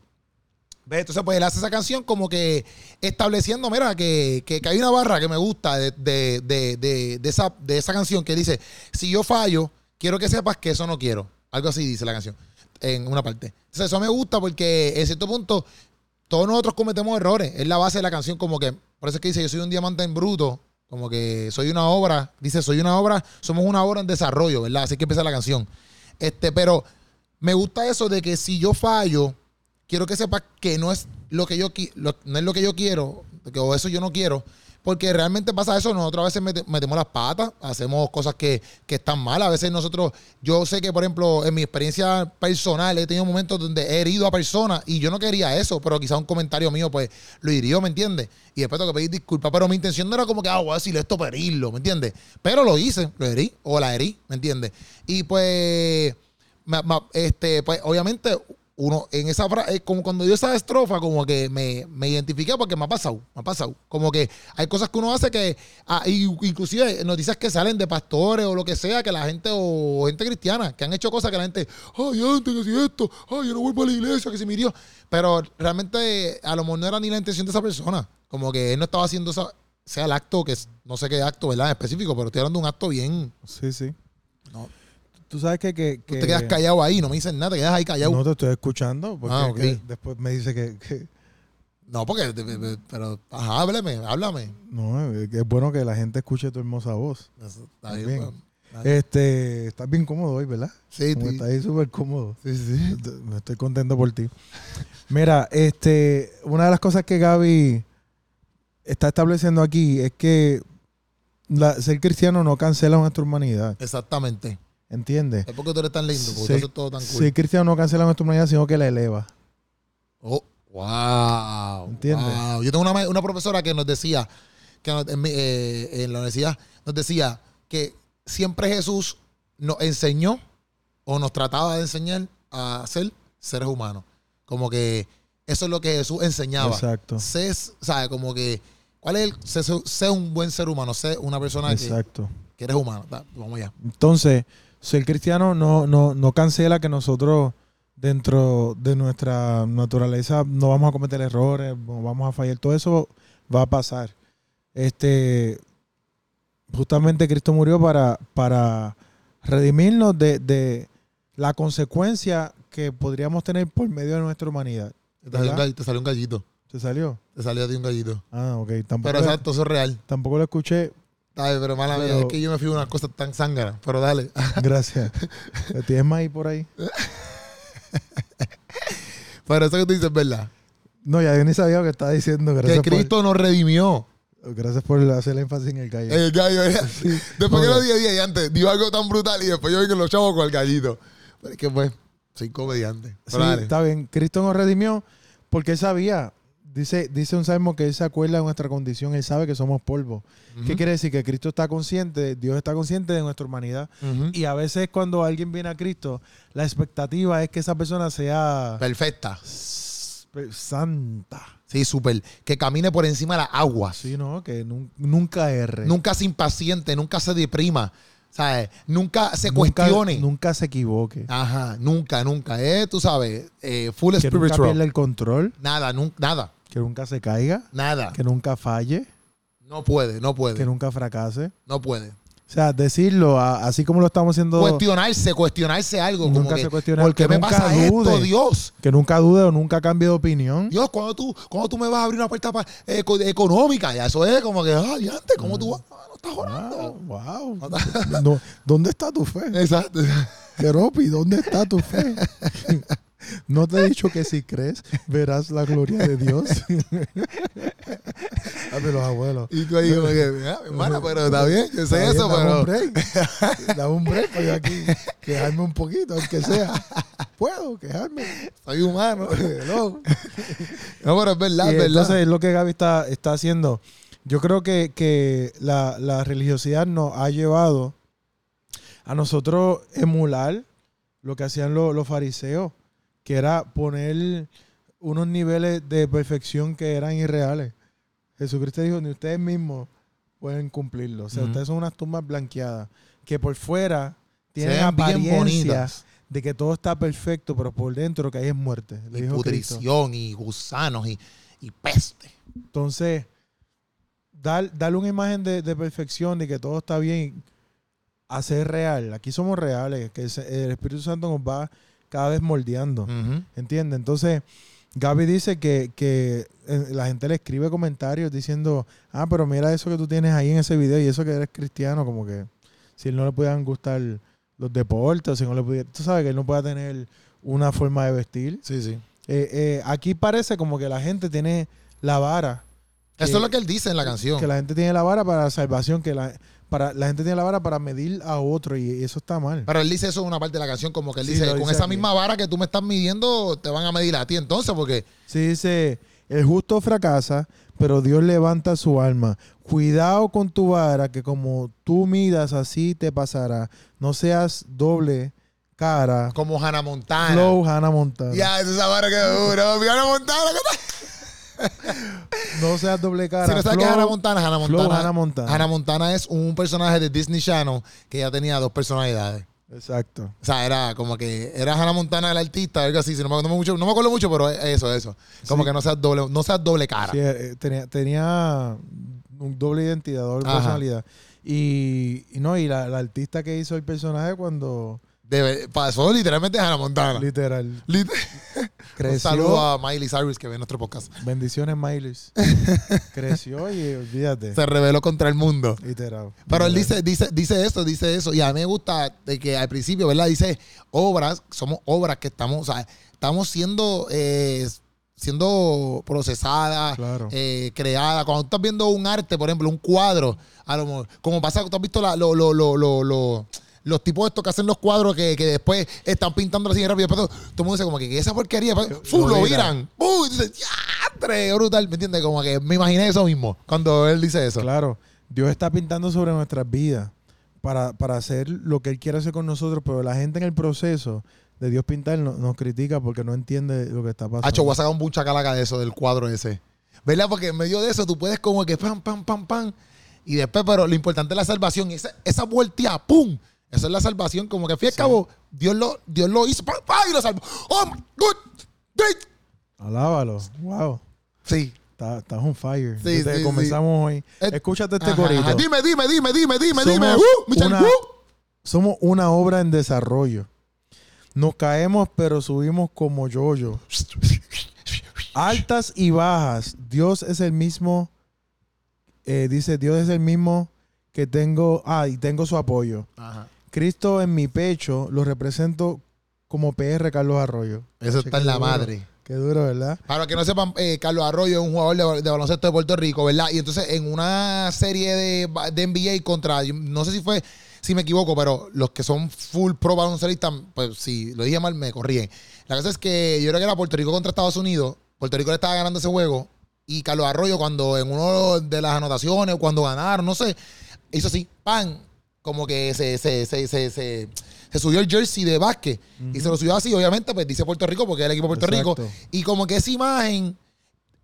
A: ¿Ves? Entonces, pues él hace esa canción como que estableciendo, mira, que, que- que hay una barra que me gusta de, de- de- de- de esa, de esa canción que dice, si yo fallo, quiero que sepas que eso no quiero. Algo así dice la canción. en una parte. O sea, eso me gusta porque en cierto punto todos nosotros cometemos errores. Es la base de la canción, como que, por eso es que dice, yo soy un diamante en bruto, como que soy una obra, dice, soy una obra, somos una obra en desarrollo, ¿verdad? Así que empieza la canción. Este, pero me gusta eso de que si yo fallo, quiero que sepas que no es lo que yo qui- lo- no es lo que yo quiero, que- o eso yo no quiero. Porque realmente pasa eso, nosotros a veces mete- metemos las patas, hacemos cosas que, que están mal. A veces nosotros, yo sé que, por ejemplo, en mi experiencia personal he tenido momentos donde he herido a personas y yo no quería eso, pero quizá un comentario mío, pues, lo hirió, ¿me entiendes? Y después tengo que pedir disculpas. Pero mi intención no era como que, ah, voy a decirle esto para herirlo, ¿me entiendes? Pero lo hice, lo herí, o la herí, ¿me entiendes? Y pues, ma- ma- este, pues obviamente uno en esa fra- eh, como cuando yo esa estrofa como que me, me identifiqué porque me ha pasado, me ha pasado. Como que hay cosas que uno hace que ah, y- inclusive noticias que salen de pastores o lo que sea, que la gente o gente cristiana que han hecho cosas que la gente, ay, antes que si esto, ay, yo no vuelvo a la iglesia, que si me hirió". Pero realmente a lo mejor no era ni la intención de esa persona, como que él no estaba haciendo esa sea el acto que es- no sé qué acto, ¿verdad? En específico, pero estoy hablando de un acto bien.
B: Sí, sí.
A: No.
B: Tú sabes que... que,
A: Tú
B: que-
A: te quedas callado ahí, no me dicen nada, te quedas ahí callado.
B: No te estoy escuchando porque
A: Ah, ok.
B: que después me dice que... que-
A: No, porque, te- te- te- pero, ajá, háblame, háblame.
B: no, es que es bueno que la gente escuche tu hermosa voz.
A: Eso está bien,
B: Bien.
A: pues. Vale.
B: Este, estás bien cómodo hoy, ¿verdad?
A: Sí,
B: Como
A: sí.
B: estás ahí súper cómodo.
A: Sí, sí.
B: Te- Me estoy contento por ti. Mira, este, una de las cosas que Gaby está estableciendo aquí es que la- ser cristiano no cancela nuestra humanidad,
A: Exactamente.
B: ¿entiendes?
A: Es porque tú eres tan lindo, porque
B: Sí,
A: tú haces todo tan cool.
B: Ser cristiano no cancela nuestra humanidad, sino que la eleva.
A: Oh, wow.
B: ¿Entiendes?
A: wow. Yo tengo una, ma- una profesora que nos decía, que nos- en, mi- eh, en la universidad, nos decía que siempre Jesús nos enseñó o nos trataba de enseñar a ser seres humanos. Como que eso es lo que Jesús enseñaba.
B: Exacto,
A: Sé, ¿sabes? Como que, ¿cuál es el? Sé, sé un buen ser humano, sé una persona que,
B: exacto.
A: que eres humano. Ta- Vamos allá.
B: Entonces, ser cristiano no, no, no cancela que nosotros dentro de nuestra naturaleza no vamos a cometer errores, no vamos a fallar, todo eso va a pasar. Este, justamente Cristo murió para, para redimirnos de, de la consecuencia que podríamos tener por medio de nuestra humanidad.
A: Te salió, un
B: ¿Verdad?
A: gall- te salió un gallito.
B: ¿Se salió?
A: Te salió a ti un gallito.
B: Ah, ok. Tampoco,
A: Pero
B: lo-
A: exacto, eso es real.
B: tampoco lo escuché.
A: Ay, pero mala mía,
B: Pero-
A: es que yo me fui a unas cosas tan zánganas. Pero dale.
B: Gracias. ¿Tienes más ahí por ahí?
A: Pero eso que tú dices es verdad.
B: No, ya yo ni sabía lo que estaba diciendo. Gracias
A: Que
B: por-
A: Cristo nos redimió. Eh,
B: Gracias por hacer el énfasis en el gallo.
A: El gallo. Después que
B: No,
A: lo dije, dije, y antes dio algo tan brutal y después yo vi que los chavos con el gallito. Pero es que pues, soy comediante.
B: Sí,
A: Pero dale.
B: está bien. Cristo nos redimió porque él sabía, dice, dice un salmo que él se acuerda de nuestra condición, él sabe que somos polvo.
A: Ujú,
B: ¿Qué quiere decir? Que Cristo está consciente, Dios está consciente de nuestra humanidad.
A: ujú.
B: Y a veces cuando alguien viene a Cristo, la expectativa es que esa persona sea
A: Perfecta.
B: s- pe- santa.
A: Sí, súper. Que camine por encima de las aguas.
B: Sí, ¿no? Que nun- nunca erre.
A: Nunca se impaciente, nunca se deprima. ¿Sabes? Nunca se
B: Nunca-
A: cuestione.
B: Nunca se equivoque.
A: Ajá, nunca, nunca. Eh, tú sabes, eh, full
B: que nunca
A: spiritual.
B: pierda el control,
A: Nada, nun- nada,
B: que nunca se caiga,
A: nada.
B: que nunca falle,
A: No puede, no
B: que
A: puede,
B: nunca fracase.
A: no puede.
B: O sea, decirlo a- así como lo estamos haciendo,
A: Cuestionarse, cuestionarse algo. Como
B: Nunca
A: que,
B: se cuestiona,
A: ¿Por qué
B: que
A: me
B: nunca
A: pasa esto,
B: dude.
A: Dios?
B: que nunca dude o nunca cambie de opinión.
A: Dios, cuando tú, cuando tú me vas a abrir una puerta pa- eco- económica, ya eso es como que, ah, y antes, ¿cómo tú vas? Ah, no estás orando.
B: wow. No, ¿Dónde está tu fe?
A: Exacto.
B: Keropi, ¿dónde está tu fe? No te he dicho que si crees verás la gloria de Dios. A ver, los abuelos.
A: Y tú ahí como que, ah, hermana, pero está bien, yo sé
B: Está bien,
A: eso,
B: dame
A: pero.
B: Un break. Dame un break para yo aquí quejarme un poquito, aunque sea. Puedo quejarme.
A: Soy humano.
B: Hello.
A: No, pero es verdad,
B: Y
A: es verdad.
B: Entonces es lo que Gaby está, está haciendo. Yo creo que, que la, la religiosidad nos ha llevado a nosotros emular lo que hacían lo- los fariseos, que era poner unos niveles de perfección que eran irreales. Jesucristo dijo, ni ustedes mismos pueden cumplirlo. O sea,
A: Ujú.
B: ustedes son unas tumbas blanqueadas, que por fuera tienen
A: Se ven bien
B: apariencia
A: bonitas.
B: de que todo está perfecto, pero por dentro que hay es muerte. Le
A: y
B: dijo Cristo.
A: putrición y gusanos y, y peste.
B: Entonces, dar, darle una imagen de, de perfección, de que todo está bien, hacer real. Aquí somos reales, que se- el Espíritu Santo nos va cada vez moldeando.
A: Ujú.
B: ¿Entiendes? Entonces, Gaby dice que, que, eh, la gente le escribe comentarios diciendo, ah, pero mira eso que tú tienes ahí en ese video y eso que eres cristiano, como que si él no le pudieran gustar los deportes, si no le pudiera, tú sabes que él no pueda tener una forma de vestir.
A: Sí, sí.
B: Eh, eh, aquí parece como que la gente tiene la vara,
A: Eso
B: Que-
A: es lo que él dice en la canción.
B: que la gente tiene la vara para salvación, que la, para, la gente tiene la vara para medir a otro y, y eso está mal.
A: Pero él dice eso en una parte de la canción, como que él
B: Sí,
A: dice,
B: lo
A: con
B: dice
A: esa
B: aquí.
A: misma vara que tú me estás midiendo, te van a medir a ti entonces, porque
B: Sí, dice, el justo fracasa, pero Dios levanta su alma. Cuidado con tu vara, que como tú midas, así te pasará. No seas doble cara.
A: como Hannah Montana.
B: Flow Hannah Montana.
A: Ya, esa vara que duro. mi Hannah Montana, ¿qué tal?
B: No seas doble cara.
A: Si no sabes qué es
B: Flow-
A: Hannah Montana, Hannah
B: Flow
A: Montana,
B: Hannah Montana.
A: Hannah Montana es un personaje de Disney Channel que ya tenía dos personalidades.
B: Exacto.
A: O sea, era como que era Hannah Montana el artista, algo así. si no, me, no me mucho, no me acuerdo mucho, pero eso, eso. Como
B: Sí.
A: que no seas doble, no seas doble cara.
B: Sí, eh, tenía, tenía un doble identidad, doble
A: Ajá.
B: personalidad. Y, y no, y la, la artista que hizo el personaje cuando
A: Debe- pasó literalmente Hannah Montana.
B: literal
A: Lit- Un
B: creció.
A: saludo a Miley Cyrus que ve nuestro podcast.
B: Bendiciones, Miley. creció y olvídate.
A: Se reveló contra el mundo.
B: Literal.
A: Pero él
B: Literal.
A: dice, dice, dice eso, dice eso. Y a mí me gusta de que al principio, ¿verdad? Dice obras, somos obras que estamos, o sea, estamos siendo, eh, siendo procesadas,
B: Claro.
A: eh, creadas. Cuando tú estás viendo un arte, por ejemplo, un cuadro, a lo mejor, como pasa, tú has visto la- lo- lo- lo- lo- lo- los tipos estos que hacen los cuadros que, que después están pintando así rápido. Después todo todo el mundo dice como que, que esa porquería, después,
B: Que
A: ¡fu!
B: lo
A: lo
B: viran.
A: viran. ¡Uy! Dice, ¡diantre! Brutal, ¿me entiendes? Como que me imaginé eso mismo cuando él dice eso.
B: Claro, Dios está pintando sobre nuestras vidas para, para hacer lo que Él quiere hacer con nosotros, pero la gente en el proceso de Dios pintar no- nos critica porque no entiende lo que está pasando.
A: Hacho, voy a sacar un buncha calaca de eso, del cuadro ese. ¿Verdad? Porque en medio de eso tú puedes como que pam, pam, pam, pam. Y después, pero lo importante es la salvación. Y esa, esa vuelta, ¡pum! Eso es la salvación. Como que fui al cabo, Dios lo, Dios lo hizo, ¡pam, pam! Y lo salvó. ¡Oh, my God! Great.
B: Alábalo. Wow.
A: Sí.
B: Está- Estás on fire.
A: Sí,
B: Desde que
A: sí,
B: comenzamos
A: Eh,
B: hoy. Escúchate este
A: Ajá,
B: corito.
A: ajá. Dime, dime, dime, dime, dime, dime.
B: Somos
A: ¡Uh! Michelle,
B: una-
A: ¡uh!
B: Somos una obra en desarrollo. Nos caemos, pero subimos como yo-yo. Altas y bajas. Dios es el mismo. eh, dice, Dios es el mismo que tengo. Ah, y tengo su apoyo.
A: Ajá.
B: Cristo en mi pecho lo represento como PR Carlos Arroyo.
A: Eso está en la
B: Chequea,
A: madre.
B: Qué duro, ¿verdad?
A: Para los que no sepan, eh, Carlos Arroyo es un jugador de, de baloncesto de Puerto Rico, ¿verdad? Y entonces en una serie de, ba- de NBA contra, yo no sé si fue, si me equivoco, pero los que son full pro baloncelistas, pues si lo dije mal, me corríen. La cosa es que yo creo que era Puerto Rico contra Estados Unidos, Puerto Rico le estaba ganando ese juego, y Carlos Arroyo cuando en uno de las anotaciones, cuando ganaron, no sé, hizo así, pan, como que se, se, se, se, se- se subió el jersey de básquet y se lo subió así, obviamente, pues dice Puerto Rico porque es el equipo de Puerto
B: Exacto.
A: Rico. Y como que esa imagen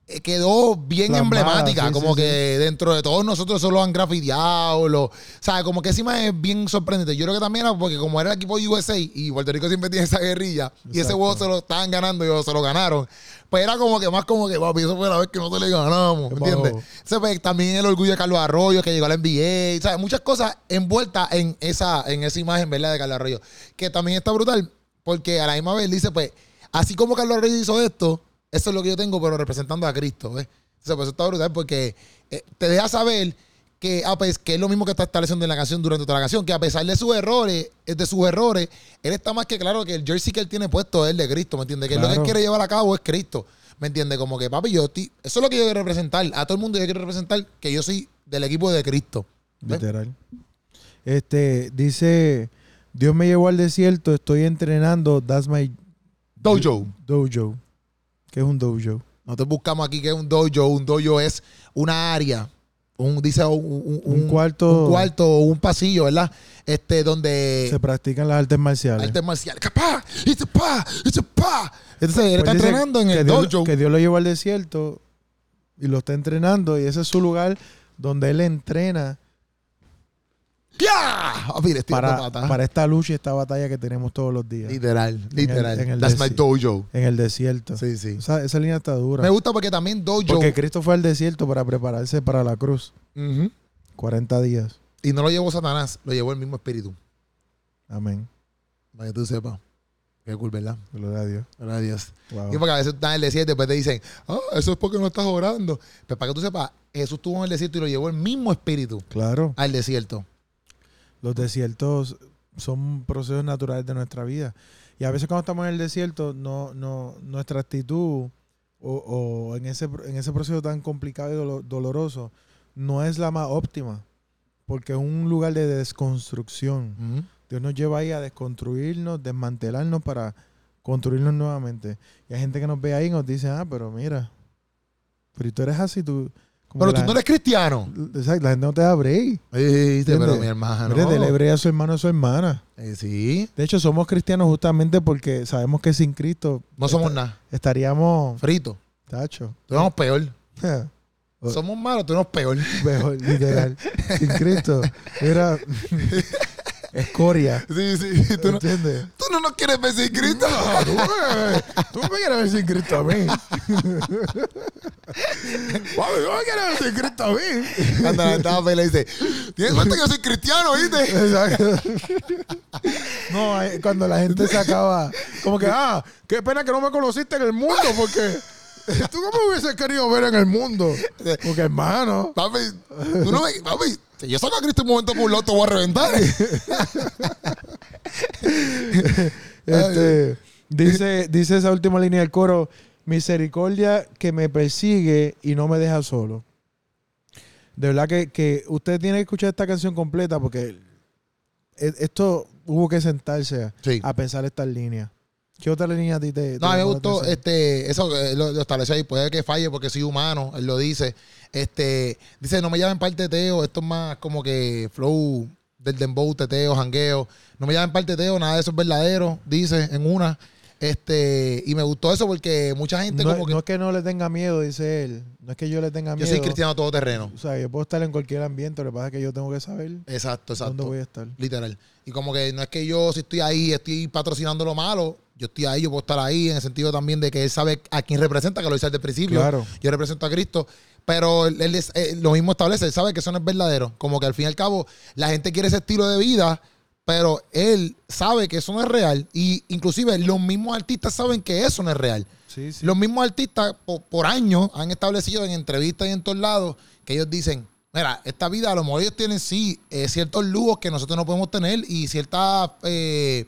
A: eh, quedó bien
B: Plasmada,
A: emblemática,
B: sí,
A: como
B: sí,
A: que dentro de todos nosotros eso lo han grafiteado, lo, o sea, como que esa imagen es bien sorprendente. Yo creo que también era porque como era el equipo de USA y Puerto Rico siempre tiene esa guerrilla y ese
B: Exacto.
A: juego se lo estaban ganando y lo- se lo ganaron, pues era como que más como que, papi, eso fue la vez que no se le ganamos,
B: Qué
A: ¿entiendes?
B: bajo.
A: Se ve pues, también el orgullo de Carlos Arroyo que llegó a la NBA, o sea, muchas cosas envueltas en esa, en esa imagen, ¿verdad? De Carlos Arroyo, que también está brutal, porque a la misma vez dice, pues, así como Carlos Arroyo hizo esto, eso es lo que yo tengo, pero representando a Cristo, ¿ves? O sea, pues eso está brutal porque eh, te deja saber que, ah, pues, que es lo mismo que está estableciendo en la canción durante toda la canción, que a pesar de sus errores, eh, de sus errores, él está más que claro que el jersey que él tiene puesto es el de Cristo, ¿me entiendes? Que lo que
B: Claro.
A: él quiere llevar a cabo es Cristo, ¿me entiendes? Como que, papi, yo estoy- eso es lo que yo quiero representar, a todo el mundo yo quiero representar que yo soy del equipo de Cristo. ¿ves?
B: Literal. Este, dice, Dios me llevó al desierto, estoy entrenando, that's my
A: Dojo.
B: dojo. ¿Qué es un dojo?
A: Nosotros buscamos aquí que es un dojo, un dojo es una área, un, dice un, un-
B: Un cuarto-
A: un cuarto o un pasillo, ¿verdad? Este, donde...
B: Se practican las artes marciales.
A: Artes marciales. ¡Capá! ¡It's a pa! ¡It's a pa! Entonces, él
B: Pues
A: está
B: dice
A: entrenando en
B: que
A: el
B: Dios,
A: dojo.
B: Que Dios lo llevó al desierto y lo está entrenando y ese es su lugar donde él entrena
A: ¡Ya! Ah, mira, estoy dando
B: para,
A: patas.
B: para esta lucha y esta batalla que tenemos todos los días en
A: Literal, literal.
B: en el
A: That's my
B: desi-
A: dojo.
B: el desierto.
A: Sí, sí.
B: O sea, esa línea está dura.
A: Me gusta porque también dojo.
B: Porque Cristo fue al desierto para prepararse para la cruz.
A: Ujú.
B: 40 días.
A: Y no lo llevó Satanás, lo llevó el mismo espíritu.
B: Amén.
A: Para que tú sepas. Qué cool, ¿verdad?
B: Gloria a Dios.
A: Gloria a Dios.
B: Wow.
A: Y porque a veces estás en el desierto y después te dicen, ah, eso es porque no estás orando. Pero para que tú sepas, Jesús estuvo en el desierto y lo llevó el mismo espíritu
B: Claro.
A: al desierto.
B: Los desiertos son procesos naturales de nuestra vida. Y a veces cuando estamos en el desierto, no, no, nuestra actitud o, o en, ese, pro- en ese proceso tan complicado y dolo- doloroso no es la más óptima. Porque es un lugar de desconstrucción.
A: Ujú.
B: Dios nos lleva ahí a desconstruirnos, desmantelarnos para construirnos nuevamente. Y hay gente que nos ve ahí y nos dice, ah, pero mira, pero tú eres así, tú... como
A: Pero
B: la-
A: tú no eres Ah, cristiano.
B: Exacto, la gente no te da break.
A: Sí, pero
B: ¿Entiendes?
A: mi hermano.
B: Mire, dele break a su hermano o a su hermana.
A: Eh, sí,
B: De hecho, somos cristianos justamente porque sabemos que sin Cristo
A: no somos nada.
B: estaríamos...
A: Frito.
B: Tacho.
A: Tú eres peor.
B: Oh.
A: Somos malos, tú eres peor.
B: Mejor, literal. sin Cristo. Era... escoria.
A: Sí, sí. Tú no,
B: ¿Entiendes?
A: tú no nos quieres ver sin Cristo.
B: tú, me- tú me quieres ver sin Cristo a mí. Papi, tú me quieres ver sin Cristo a mí.
A: Cuando la estaba feliz, le dice, tienes cuenta que yo soy cristiano, ¿viste?
B: No, eh, cuando la gente se acaba, como que, ah, qué pena que no me conociste en el mundo, porque tú cómo me hubieses querido ver en el mundo. Porque, hermano,
A: Papi, tú no me, papi, si yo saco a Cristo un momento por un lado, te voy a reventar.
B: este, dice, dice esa última línea del coro, misericordia que me persigue y no me deja solo. De verdad que, que usted tiene que escuchar esta canción completa porque e- esto hubo que sentarse a,
A: Sí.
B: a pensar estas líneas. ¿Qué otra línea a ti te, te
A: No, a mí me
B: llamó la
A: gustó,
B: atención?
A: este, eso eh, lo, lo establece ahí, puede que falle porque soy humano, él lo dice. Este, dice, no me llamen parte teteo, esto es más como que flow del dembow, teteo, jangueo. No me llamen parte teteo, nada de eso es verdadero, dice en una. Este, y me gustó eso porque mucha gente
B: no,
A: como que
B: no es que no le tenga miedo, dice él. No es que yo le tenga
A: yo
B: miedo.
A: soy cristiano todoterreno.
B: O sea, yo puedo estar en cualquier ambiente, lo que pasa es que yo tengo que saber
A: Exacto,
B: dónde
A: exacto.
B: voy a estar.
A: Literal. Y como que no es que yo, si estoy ahí, estoy patrocinando lo malo. Yo estoy ahí, yo puedo estar ahí, en el sentido también de que él sabe a quién representa, que lo dice desde el principio.
B: Claro.
A: Yo represento a Cristo. Pero él, él es- eh, lo mismo establece, él sabe que eso no es verdadero. Como que al fin y al cabo, la gente quiere ese estilo de vida, pero él sabe que eso no es real. Y inclusive los mismos artistas saben que eso no es real.
B: Sí, sí.
A: Los mismos artistas po- por, años han establecido en entrevistas y en todos lados que ellos dicen, mira, esta vida a lo mejor ellos tienen sí eh, ciertos lujos que nosotros no podemos tener y ciertas eh,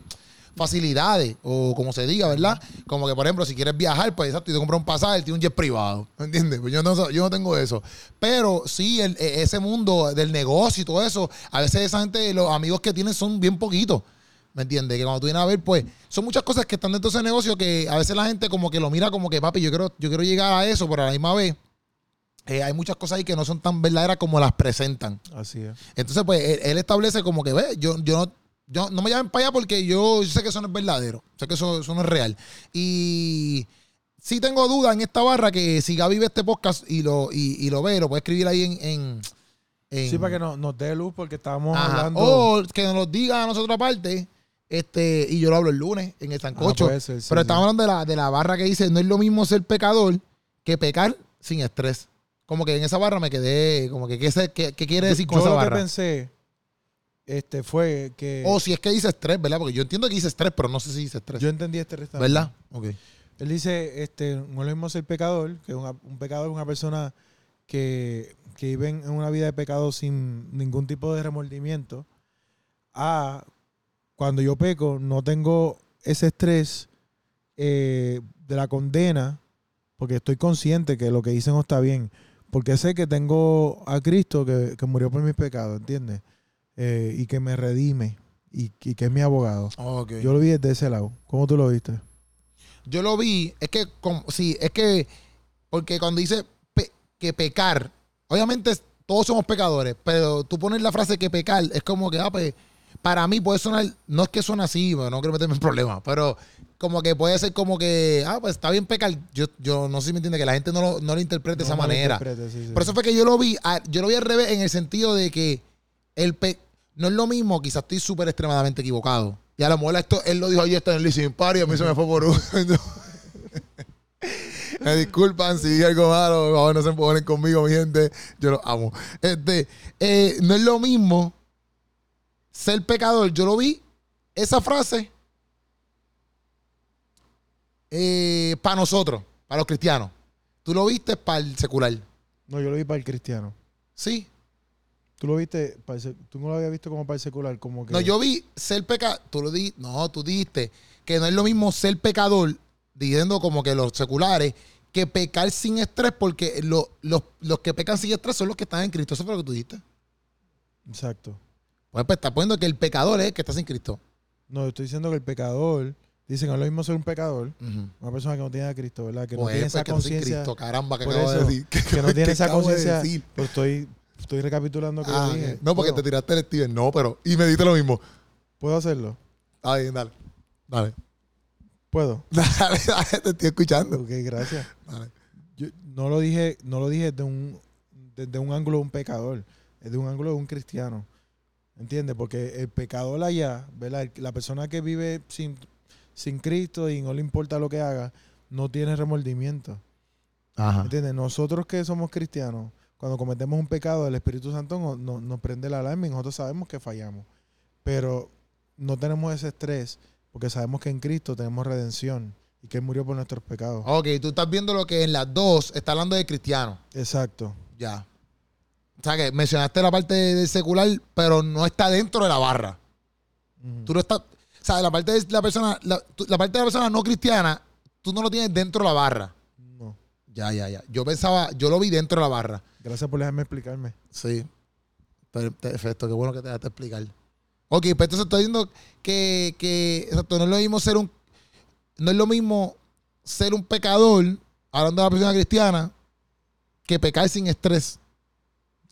A: facilidades o como se diga, ¿verdad? Como que por ejemplo si quieres viajar, pues exacto, y te compras un pasaje, él tiene un jet privado, ¿me ¿entiendes? Pues yo, no, yo no tengo eso. Pero sí, el- e- ese mundo del negocio y todo eso, a veces esa gente, los amigos que tienen son bien poquitos. ¿Me entiendes? Que cuando tú vienes a ver, pues, son muchas cosas que están dentro de ese negocio que a veces la gente como que lo mira como que, papi, yo quiero, yo quiero llegar a eso, pero a la misma vez eh, hay muchas cosas ahí que no son tan verdaderas como las presentan.
B: Así es.
A: Entonces, pues, él, él establece como que, ve, yo, yo no... Yo, no me llamen para allá porque yo, yo sé que eso no es verdadero, sé que eso, eso no es real. Y sí tengo duda en esta barra que si Gaby ve este podcast y lo, y, y lo ve, lo puede escribir ahí en... en- en-
B: Sí, para que no- nos dé luz porque estábamos
A: Ajá. Oh,
B: hablando.
A: O que nos lo diga a nosotros aparte. Este, y yo lo hablo el lunes en el Sancocho.
B: Ah, puede ser, sí,
A: pero
B: sí.
A: estamos hablando de la, de la barra que dice: no es lo mismo ser pecador que pecar sin estrés. Como que en esa barra me quedé, como que, ¿qué, se- qué- qué quiere decir con
B: yo
A: esa
B: lo
A: barra? Oh,
B: que pensé este, fue que
A: O si es que dice estrés, ¿verdad? Porque yo entiendo que dice estrés, pero no sé si dice estrés.
B: yo entendí este restaurante.
A: pues. ¿Verdad? Ok.
B: Él dice, este, no es lo mismo ser pecador, que una- un pecador es una persona que, que vive en una vida de pecado sin ningún tipo de remordimiento, a cuando yo peco no tengo ese estrés eh, de la condena, porque estoy consciente que lo que hice no está bien, porque sé que tengo a Cristo que, que murió por mis pecados, ¿entiendes? Eh, y que me redime, y, y que es mi abogado. Yo
A: Yo,
B: lo vi desde ese lado. ¿Cómo tú lo viste?
A: yo lo vi, es que, como- sí, es que, porque cuando dice pe- que pecar, obviamente es- todos somos pecadores, pero tú pones la frase que pecar, es como que, ah, pues, para mí puede sonar, no es que suena así, bueno, no quiero meterme en problemas, pero como que puede ser como que, ah, pues está bien pecar. Yo, yo no sé si me entiende, que la gente no lo, no lo interprete de esa
B: No
A: manera.
B: malinterpretes, sí, sí.
A: Por eso fue que yo lo vi, a- yo lo vi al revés en el sentido de que el pe- no es lo mismo, quizás estoy súper extremadamente equivocado. Y a lo mejor esto, él lo dijo ayer, está en el leasing party, a mí se me fue por uno. Me disculpan si dije algo malo, por favor, no se empojonen conmigo, mi gente. Yo los amo. Este, eh, no es lo mismo ser pecador. Yo lo vi, esa frase, para eh, nosotros, para los cristianos. Tú lo viste para el secular.
B: No, yo lo vi para el cristiano.
A: Sí.
B: Tú lo viste, para el sec- tú no lo habías visto como para el secular, como que...
A: No, yo vi ser pecador. Tú lo di, no, tú dijiste que no es lo mismo ser pecador, diciendo como que los seculares, que pecar sin estrés, porque lo- los, los que pecan sin estrés son los que están en Cristo. Eso fue lo que tú dijiste.
B: Exacto.
A: Pues, pues está poniendo que el pecador es el que está sin Cristo.
B: No, yo estoy diciendo que el pecador, dicen que no es lo mismo ser un pecador,
A: Ujú.
B: una persona que no tiene a Cristo, ¿verdad? Que no
A: Pues,
B: tiene
A: pues,
B: esa
A: que está sin
B: conciencia.
A: Cristo, caramba, que
B: Por
A: acabo de
B: eso,
A: decir.
B: que no tiene
A: ¿Qué
B: esa
A: acabo de
B: conciencia.
A: decir?
B: Pues estoy, estoy recapitulando lo que yo
A: Ah,
B: dije.
A: no, porque te
B: ¿Puedo?
A: tiraste el Steven. No, pero. Y me diste lo mismo.
B: ¿Puedo hacerlo?
A: Está bien, dale. Dale.
B: ¿Puedo?
A: Dale, dale, te estoy escuchando.
B: Ok, gracias.
A: Dale.
B: Yo no lo dije, no lo dije desde un, desde un ángulo de un pecador, desde un ángulo de un cristiano. ¿Entiendes? Porque el pecador allá, ¿verdad? El- La persona que vive sin, sin Cristo y no le importa lo que haga, no tiene remordimiento.
A: Ajá.
B: ¿Entiendes? Nosotros que somos cristianos, cuando cometemos un pecado, el Espíritu Santo no- no- nos prende la alarma y nosotros sabemos que fallamos. Pero no tenemos ese estrés porque sabemos que en Cristo tenemos redención y que Él murió por nuestros pecados.
A: Ok, tú estás viendo lo que en las dos está hablando de cristiano.
B: Exacto.
A: Ya. O sea que mencionaste la parte del secular, pero no está dentro de la barra.
B: Ujú.
A: Tú lo estás. O sea, la parte de la persona, la, tú- la parte de la persona no cristiana, tú no lo tienes dentro de la barra.
B: No.
A: Ya, ya, ya. Yo pensaba, yo lo vi dentro de la barra.
B: Gracias por dejarme explicarme.
A: Sí. Pero, Perfecto, qué bueno que te dejaste explicar. Ok, pues entonces estoy diciendo que, que exacto, no es lo mismo ser un. No es lo mismo ser un pecador, hablando de la persona cristiana, que pecar sin estrés.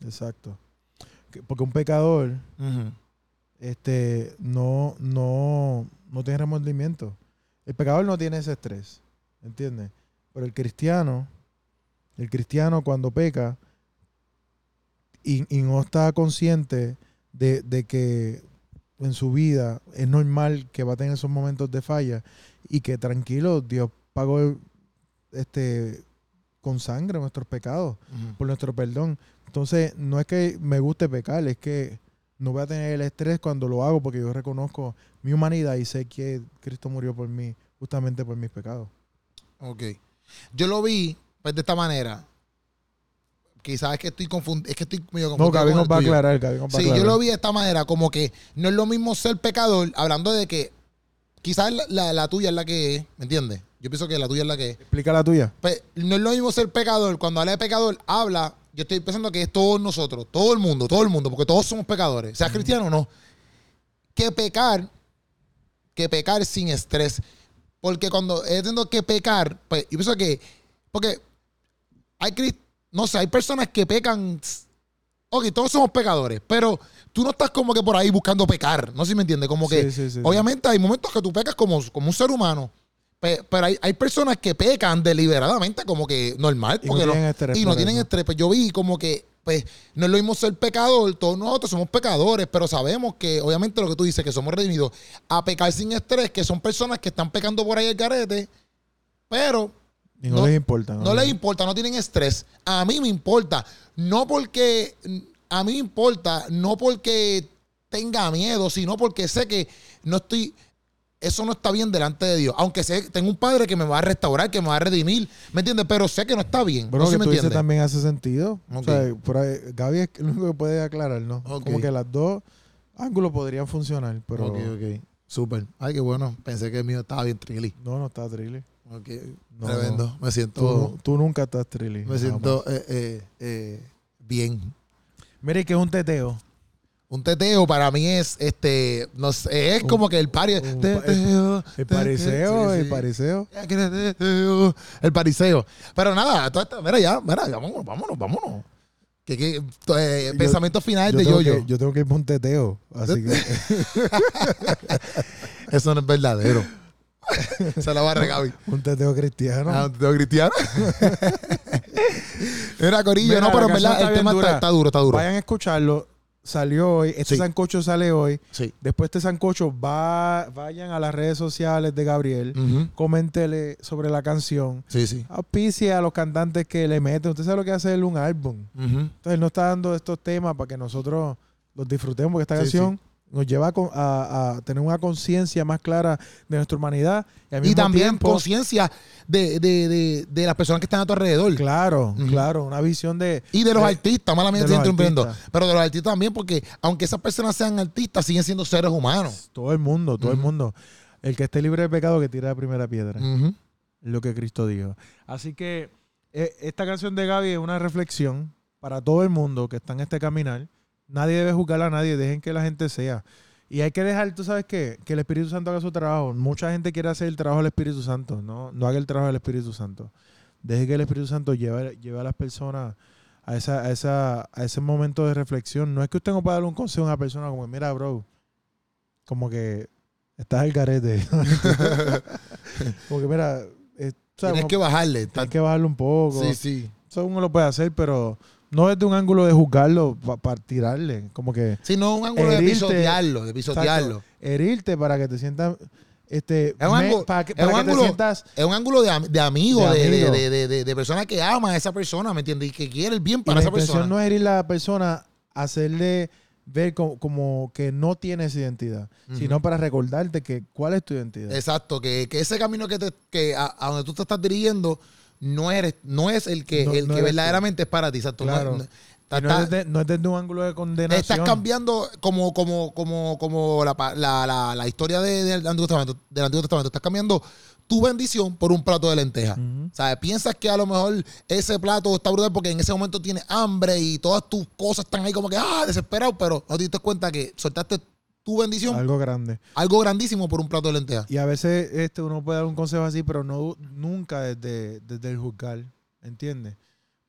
B: Exacto. Que- Porque un pecador este, no, no, no tiene remordimiento. El pecador no tiene ese estrés, ¿entiendes? Pero el cristiano, el cristiano cuando peca y, y no está consciente de, de que en su vida es normal que va a tener esos momentos de falla y que tranquilo, Dios pagó el- este, con sangre nuestros pecados por nuestro perdón. Entonces, no es que me guste pecar, es que no voy a tener el estrés cuando lo hago porque yo reconozco mi humanidad y sé que Cristo murió por mí, justamente por mis pecados.
A: Ok. Yo lo vi pues, de esta manera. Quizás es que estoy confundido. Es que estoy medio
B: No,
A: confundido.
B: Gaby
A: con
B: nos
A: el
B: va a
A: tuyo.
B: aclarar, Gaby nos va a
A: Sí,
B: aclarar.
A: yo lo vi de esta manera, como que no es lo mismo ser pecador, hablando de que quizás la, la- la tuya es la que es, ¿me entiendes? Yo pienso que la tuya es la que es.
B: Explica la tuya.
A: Pues, no es lo mismo ser pecador. Cuando habla de pecador, habla, yo estoy pensando que es todos nosotros, todo el mundo, todo el mundo, porque todos somos pecadores, seas cristiano o no. Que pecar, que pecar sin estrés. Porque cuando eh, tengo que pecar, pues, yo pienso que, porque hay, cris- no sé, hay personas que pecan, s- ok, todos somos pecadores, pero tú no estás como que por ahí buscando pecar, no sé si me entiendes, como que
B: Sí, sí, sí, sí.
A: obviamente hay momentos que tú pecas como, como un ser humano, pe- pero hay, hay personas que pecan deliberadamente como que normal,
B: Y no
A: porque no-
B: tienen estrés
A: y no
B: por
A: tienen
B: eso.
A: estrés. Pues yo vi como que, pues, no es lo mismo ser pecador, todos nosotros somos pecadores, pero sabemos que, obviamente, lo que tú dices, que somos redimidos, a pecar sin estrés, que son personas que están pecando por ahí el carete, pero
B: Y no,
A: no-
B: les importa.
A: no les importa, no tienen estrés. A mí me importa. No porque. A mí me importa, no porque tenga miedo, sino porque sé que no estoy. Eso no está bien delante de Dios. Aunque sé, tengo un padre que me va a restaurar, que me va a redimir. ¿Me entiendes? Pero sé que no está bien.
B: Bueno,
A: no sé
B: que
A: si me
B: tú dices
A: entiendes.
B: también hace sentido.
A: Ok.
B: O sea, por ahí- Gaby es lo único que puede aclarar, ¿no?
A: Ok.
B: Como que las dos ángulos podrían funcionar, pero
A: Ok, ok. Súper. Ay, qué bueno. Pensé que el mío estaba bien trilly.
B: no, no está trilly.
A: Ok.
B: No,
A: Tremendo. Me
B: Tú,
A: siento.
B: tú nunca estás trilly.
A: Me siento eh, eh, eh, bien.
B: Mire que es un teteo.
A: Un teteo para mí es este, no sé, es
B: Un-
A: como que el pari
B: un pa-
A: teteo,
B: El
A: teteo,
B: pariseo,
A: sí,
B: el
A: sí.
B: pariseo.
A: Ya que teteo, El pariseo. Pero nada, toda esta- mira ya, mira, ya, vámonos, vámonos, vámonos. Que, que, to- eh,
B: Yo-
A: pensamiento final de
B: tengo
A: yo-yo.
B: que- yo tengo que ir por un teteo. Así que
A: Eso no es verdadero. Se la va a regalar.
B: un teteo cristiano.
A: Ah, un teteo cristiano. Mira, Corillo,
B: Mira,
A: no, pero en
B: la
A: verdad
B: canción está
A: el
B: bien
A: tema está,
B: dura.
A: está duro, está duro.
B: Vayan a escucharlo. Salió hoy. Este
A: Sí.
B: sancocho sale hoy.
A: Sí.
B: Después de este sancocho, va, vayan a las redes sociales de Gabriel.
A: Ujú.
B: Coméntele sobre la canción.
A: Sí, sí.
B: Auspicia a los cantantes que le meten. Usted sabe lo que hace él un álbum.
A: Ujú.
B: Entonces, él nos está dando estos temas para que nosotros los disfrutemos. Porque esta
A: Sí,
B: canción nos lleva a, con- a- a tener una conciencia más clara de nuestra humanidad y, al
A: Y
B: mismo
A: también
B: tiempo,
A: conciencia de, de, de, de las personas que están a tu alrededor.
B: claro,
A: Ujú.
B: claro, una visión de
A: Y de los
B: de-
A: artistas, mala mía,
B: de
A: estoy
B: los
A: interrumpiendo.
B: artistas.
A: Pero de los artistas también, porque aunque esas personas sean artistas, siguen siendo seres humanos.
B: todo el mundo, todo el
A: Ujú.
B: mundo. El que esté libre de pecado que tira la primera piedra,
A: Ujú.
B: lo que Cristo dijo. Así que eh, esta canción de Gaby es una reflexión para todo el mundo que está en este caminar. Nadie debe juzgar a nadie, dejen que la gente sea. Y hay que dejar, tú sabes qué, que el Espíritu Santo haga su trabajo. Mucha gente quiere hacer el trabajo del Espíritu Santo, no, no haga el trabajo del Espíritu Santo. Deje que el Espíritu Santo lleve, lleve a las personas a, esa, a, esa, a ese momento de reflexión. No es que usted no pueda darle un consejo a una persona como, mira, bro, como que estás al garete. Porque mira, es- ¿sabes?
A: Tienes
B: Como-
A: que bajarle.
B: hay
A: tal-
B: que bajarlo un poco.
A: Sí, sí.
B: Eso uno lo puede hacer, pero no desde un ángulo de juzgarlo para tirarle. Como que
A: Sí, no un ángulo de
B: Herirte.
A: pisotearlo, de pisotearlo.
B: herirte para que te sientas. Este,
A: Es un ángulo-
B: para que,
A: es
B: para
A: un
B: que
A: ángulo-
B: te sientas.
A: Es un ángulo de, am- de amigo, de,
B: De
A: de,
B: amigo.
A: de, de, de- de persona que ama a esa persona, ¿me entiendes? Y que quiere el bien
B: y la
A: para esa
B: intención
A: persona.
B: no es herir a la persona, hacerle ver co- como, que no tienes identidad,
A: Ujú.
B: sino para recordarte que cuál es tu identidad.
A: Exacto, que, que ese camino que, te, que a, a donde tú te estás dirigiendo no, eres, no es el que,
B: No-
A: el
B: no
A: que
B: eres tú.
A: verdaderamente es para ti. Exacto. no-
B: Claro.
A: no-
B: Y no,
A: está-
B: es desde, no es desde un ángulo de condenación.
A: Estás cambiando como, como, como, como la, pa- la, la, la historia de- del, Antiguo Testamento, del Antiguo Testamento. Estás cambiando tu bendición por un plato de lenteja.
B: Ujú.
A: ¿Sabes? Piensas que a lo mejor ese plato está brutal porque en ese momento tienes hambre y todas tus cosas están ahí como que, ah, desesperado, pero no te diste cuenta que soltaste tu bendición,
B: Algo grande.
A: algo grandísimo por un plato de lenteja.
B: Y a veces este, uno puede dar un consejo así, pero no nunca desde, desde el juzgar, ¿entiendes?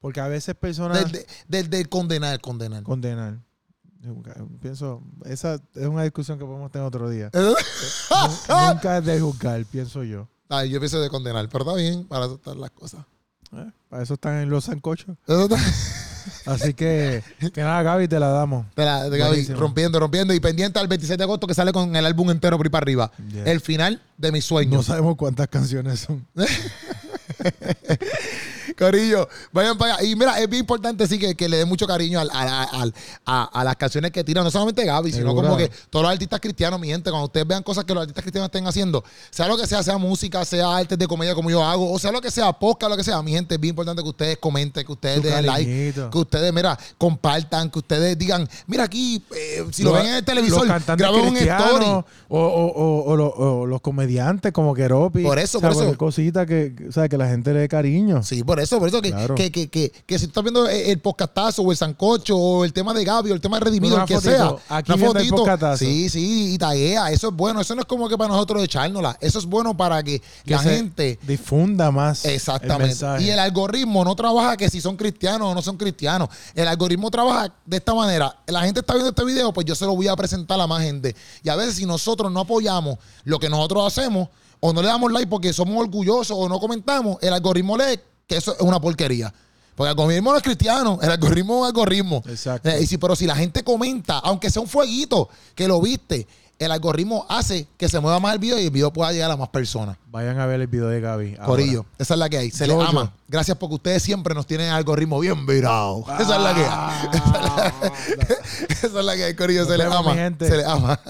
B: Porque a veces personas
A: Desde, desde el condenar, condenar.
B: condenar. Nunca- Pienso, esa es una discusión que podemos tener otro día. Nu-
A: Ah.
B: nunca desde el juzgar, pienso yo.
A: Ay, yo pienso de condenar, pero está bien para soltar las cosas.
B: Eh, Para eso están en los sancochos.
A: Eso está-
B: Así que, que nada, Gaby, te la damos.
A: Te la- te- Gaby,
B: Buenísimo.
A: rompiendo, rompiendo. Y pendiente al 26 de agosto que sale con el álbum entero por ahí para arriba.
B: Yeah.
A: El final de mis
B: No
A: sueños.
B: sabemos cuántas canciones son.
A: Corillo, vayan para allá. Y mira, es bien importante sí que, que le dé mucho cariño al- al- al- al- a, a las canciones que tiran. No solamente Gaby, sino
B: Seguro.
A: como que todos los artistas cristianos, mi gente, cuando ustedes vean cosas que los artistas cristianos estén haciendo, sea lo que sea, sea música, sea artes de comedia como yo hago, o sea lo que sea, podcast, lo que sea, mi gente, es bien importante que ustedes comenten, que ustedes
B: Su
A: den like.
B: cariñito.
A: Que ustedes, mira, compartan, que ustedes digan, mira aquí, eh, si lo
B: Los-
A: ven en el
B: los
A: televisor,
B: cantantes
A: graben un
B: cristianos,
A: story.
B: O, o, o- o los- o los comediantes como Keropi.
A: Por eso,
B: o sea,
A: por eso.
B: cualquier cosita que, que- o sea, que la gente le dé cariño.
A: Sí, por eso, por eso que,
B: Claro.
A: que, que, que, que si tú estás viendo eh, el, el podcastazo o el sancocho o el tema de Gaby o el tema de Redimido,
B: Una
A: el que
B: fotito.
A: sea.
B: Aquí viendo el podcastazo.
A: Sí, sí, y taguea. Eso es bueno. Eso no es como que para nosotros echárnosla. Eso es bueno para que,
B: Que
A: la
B: se
A: gente.
B: difunda más el
A: Exactamente.
B: mensaje.
A: y el algoritmo no trabaja que si son cristianos o no son cristianos. El algoritmo trabaja de esta manera. La gente está viendo este video, pues yo se lo voy a presentar a más gente. Y a veces si nosotros no apoyamos lo que nosotros hacemos o no le damos like porque somos orgullosos o no comentamos, el algoritmo lee que eso es una porquería. Porque el algoritmo no es cristiano, el algoritmo es un algoritmo.
B: Exacto.
A: Eh, y si, pero si la gente comenta, aunque sea un fueguito que lo viste, el algoritmo hace que se mueva más el video y el video pueda llegar a más personas.
B: Vayan a ver el video de Gaby. ahora.
A: Corillo, esa es la que hay. Se les
B: Yo, yo.
A: ama. Gracias porque ustedes siempre nos tienen algoritmo bien virado. Esa es la que hay.
B: Ah,
A: Esa es la que hay, Corillo.
B: Nos
A: Se les
B: vemos,
A: ama.
B: mi gente.
A: Se les ama.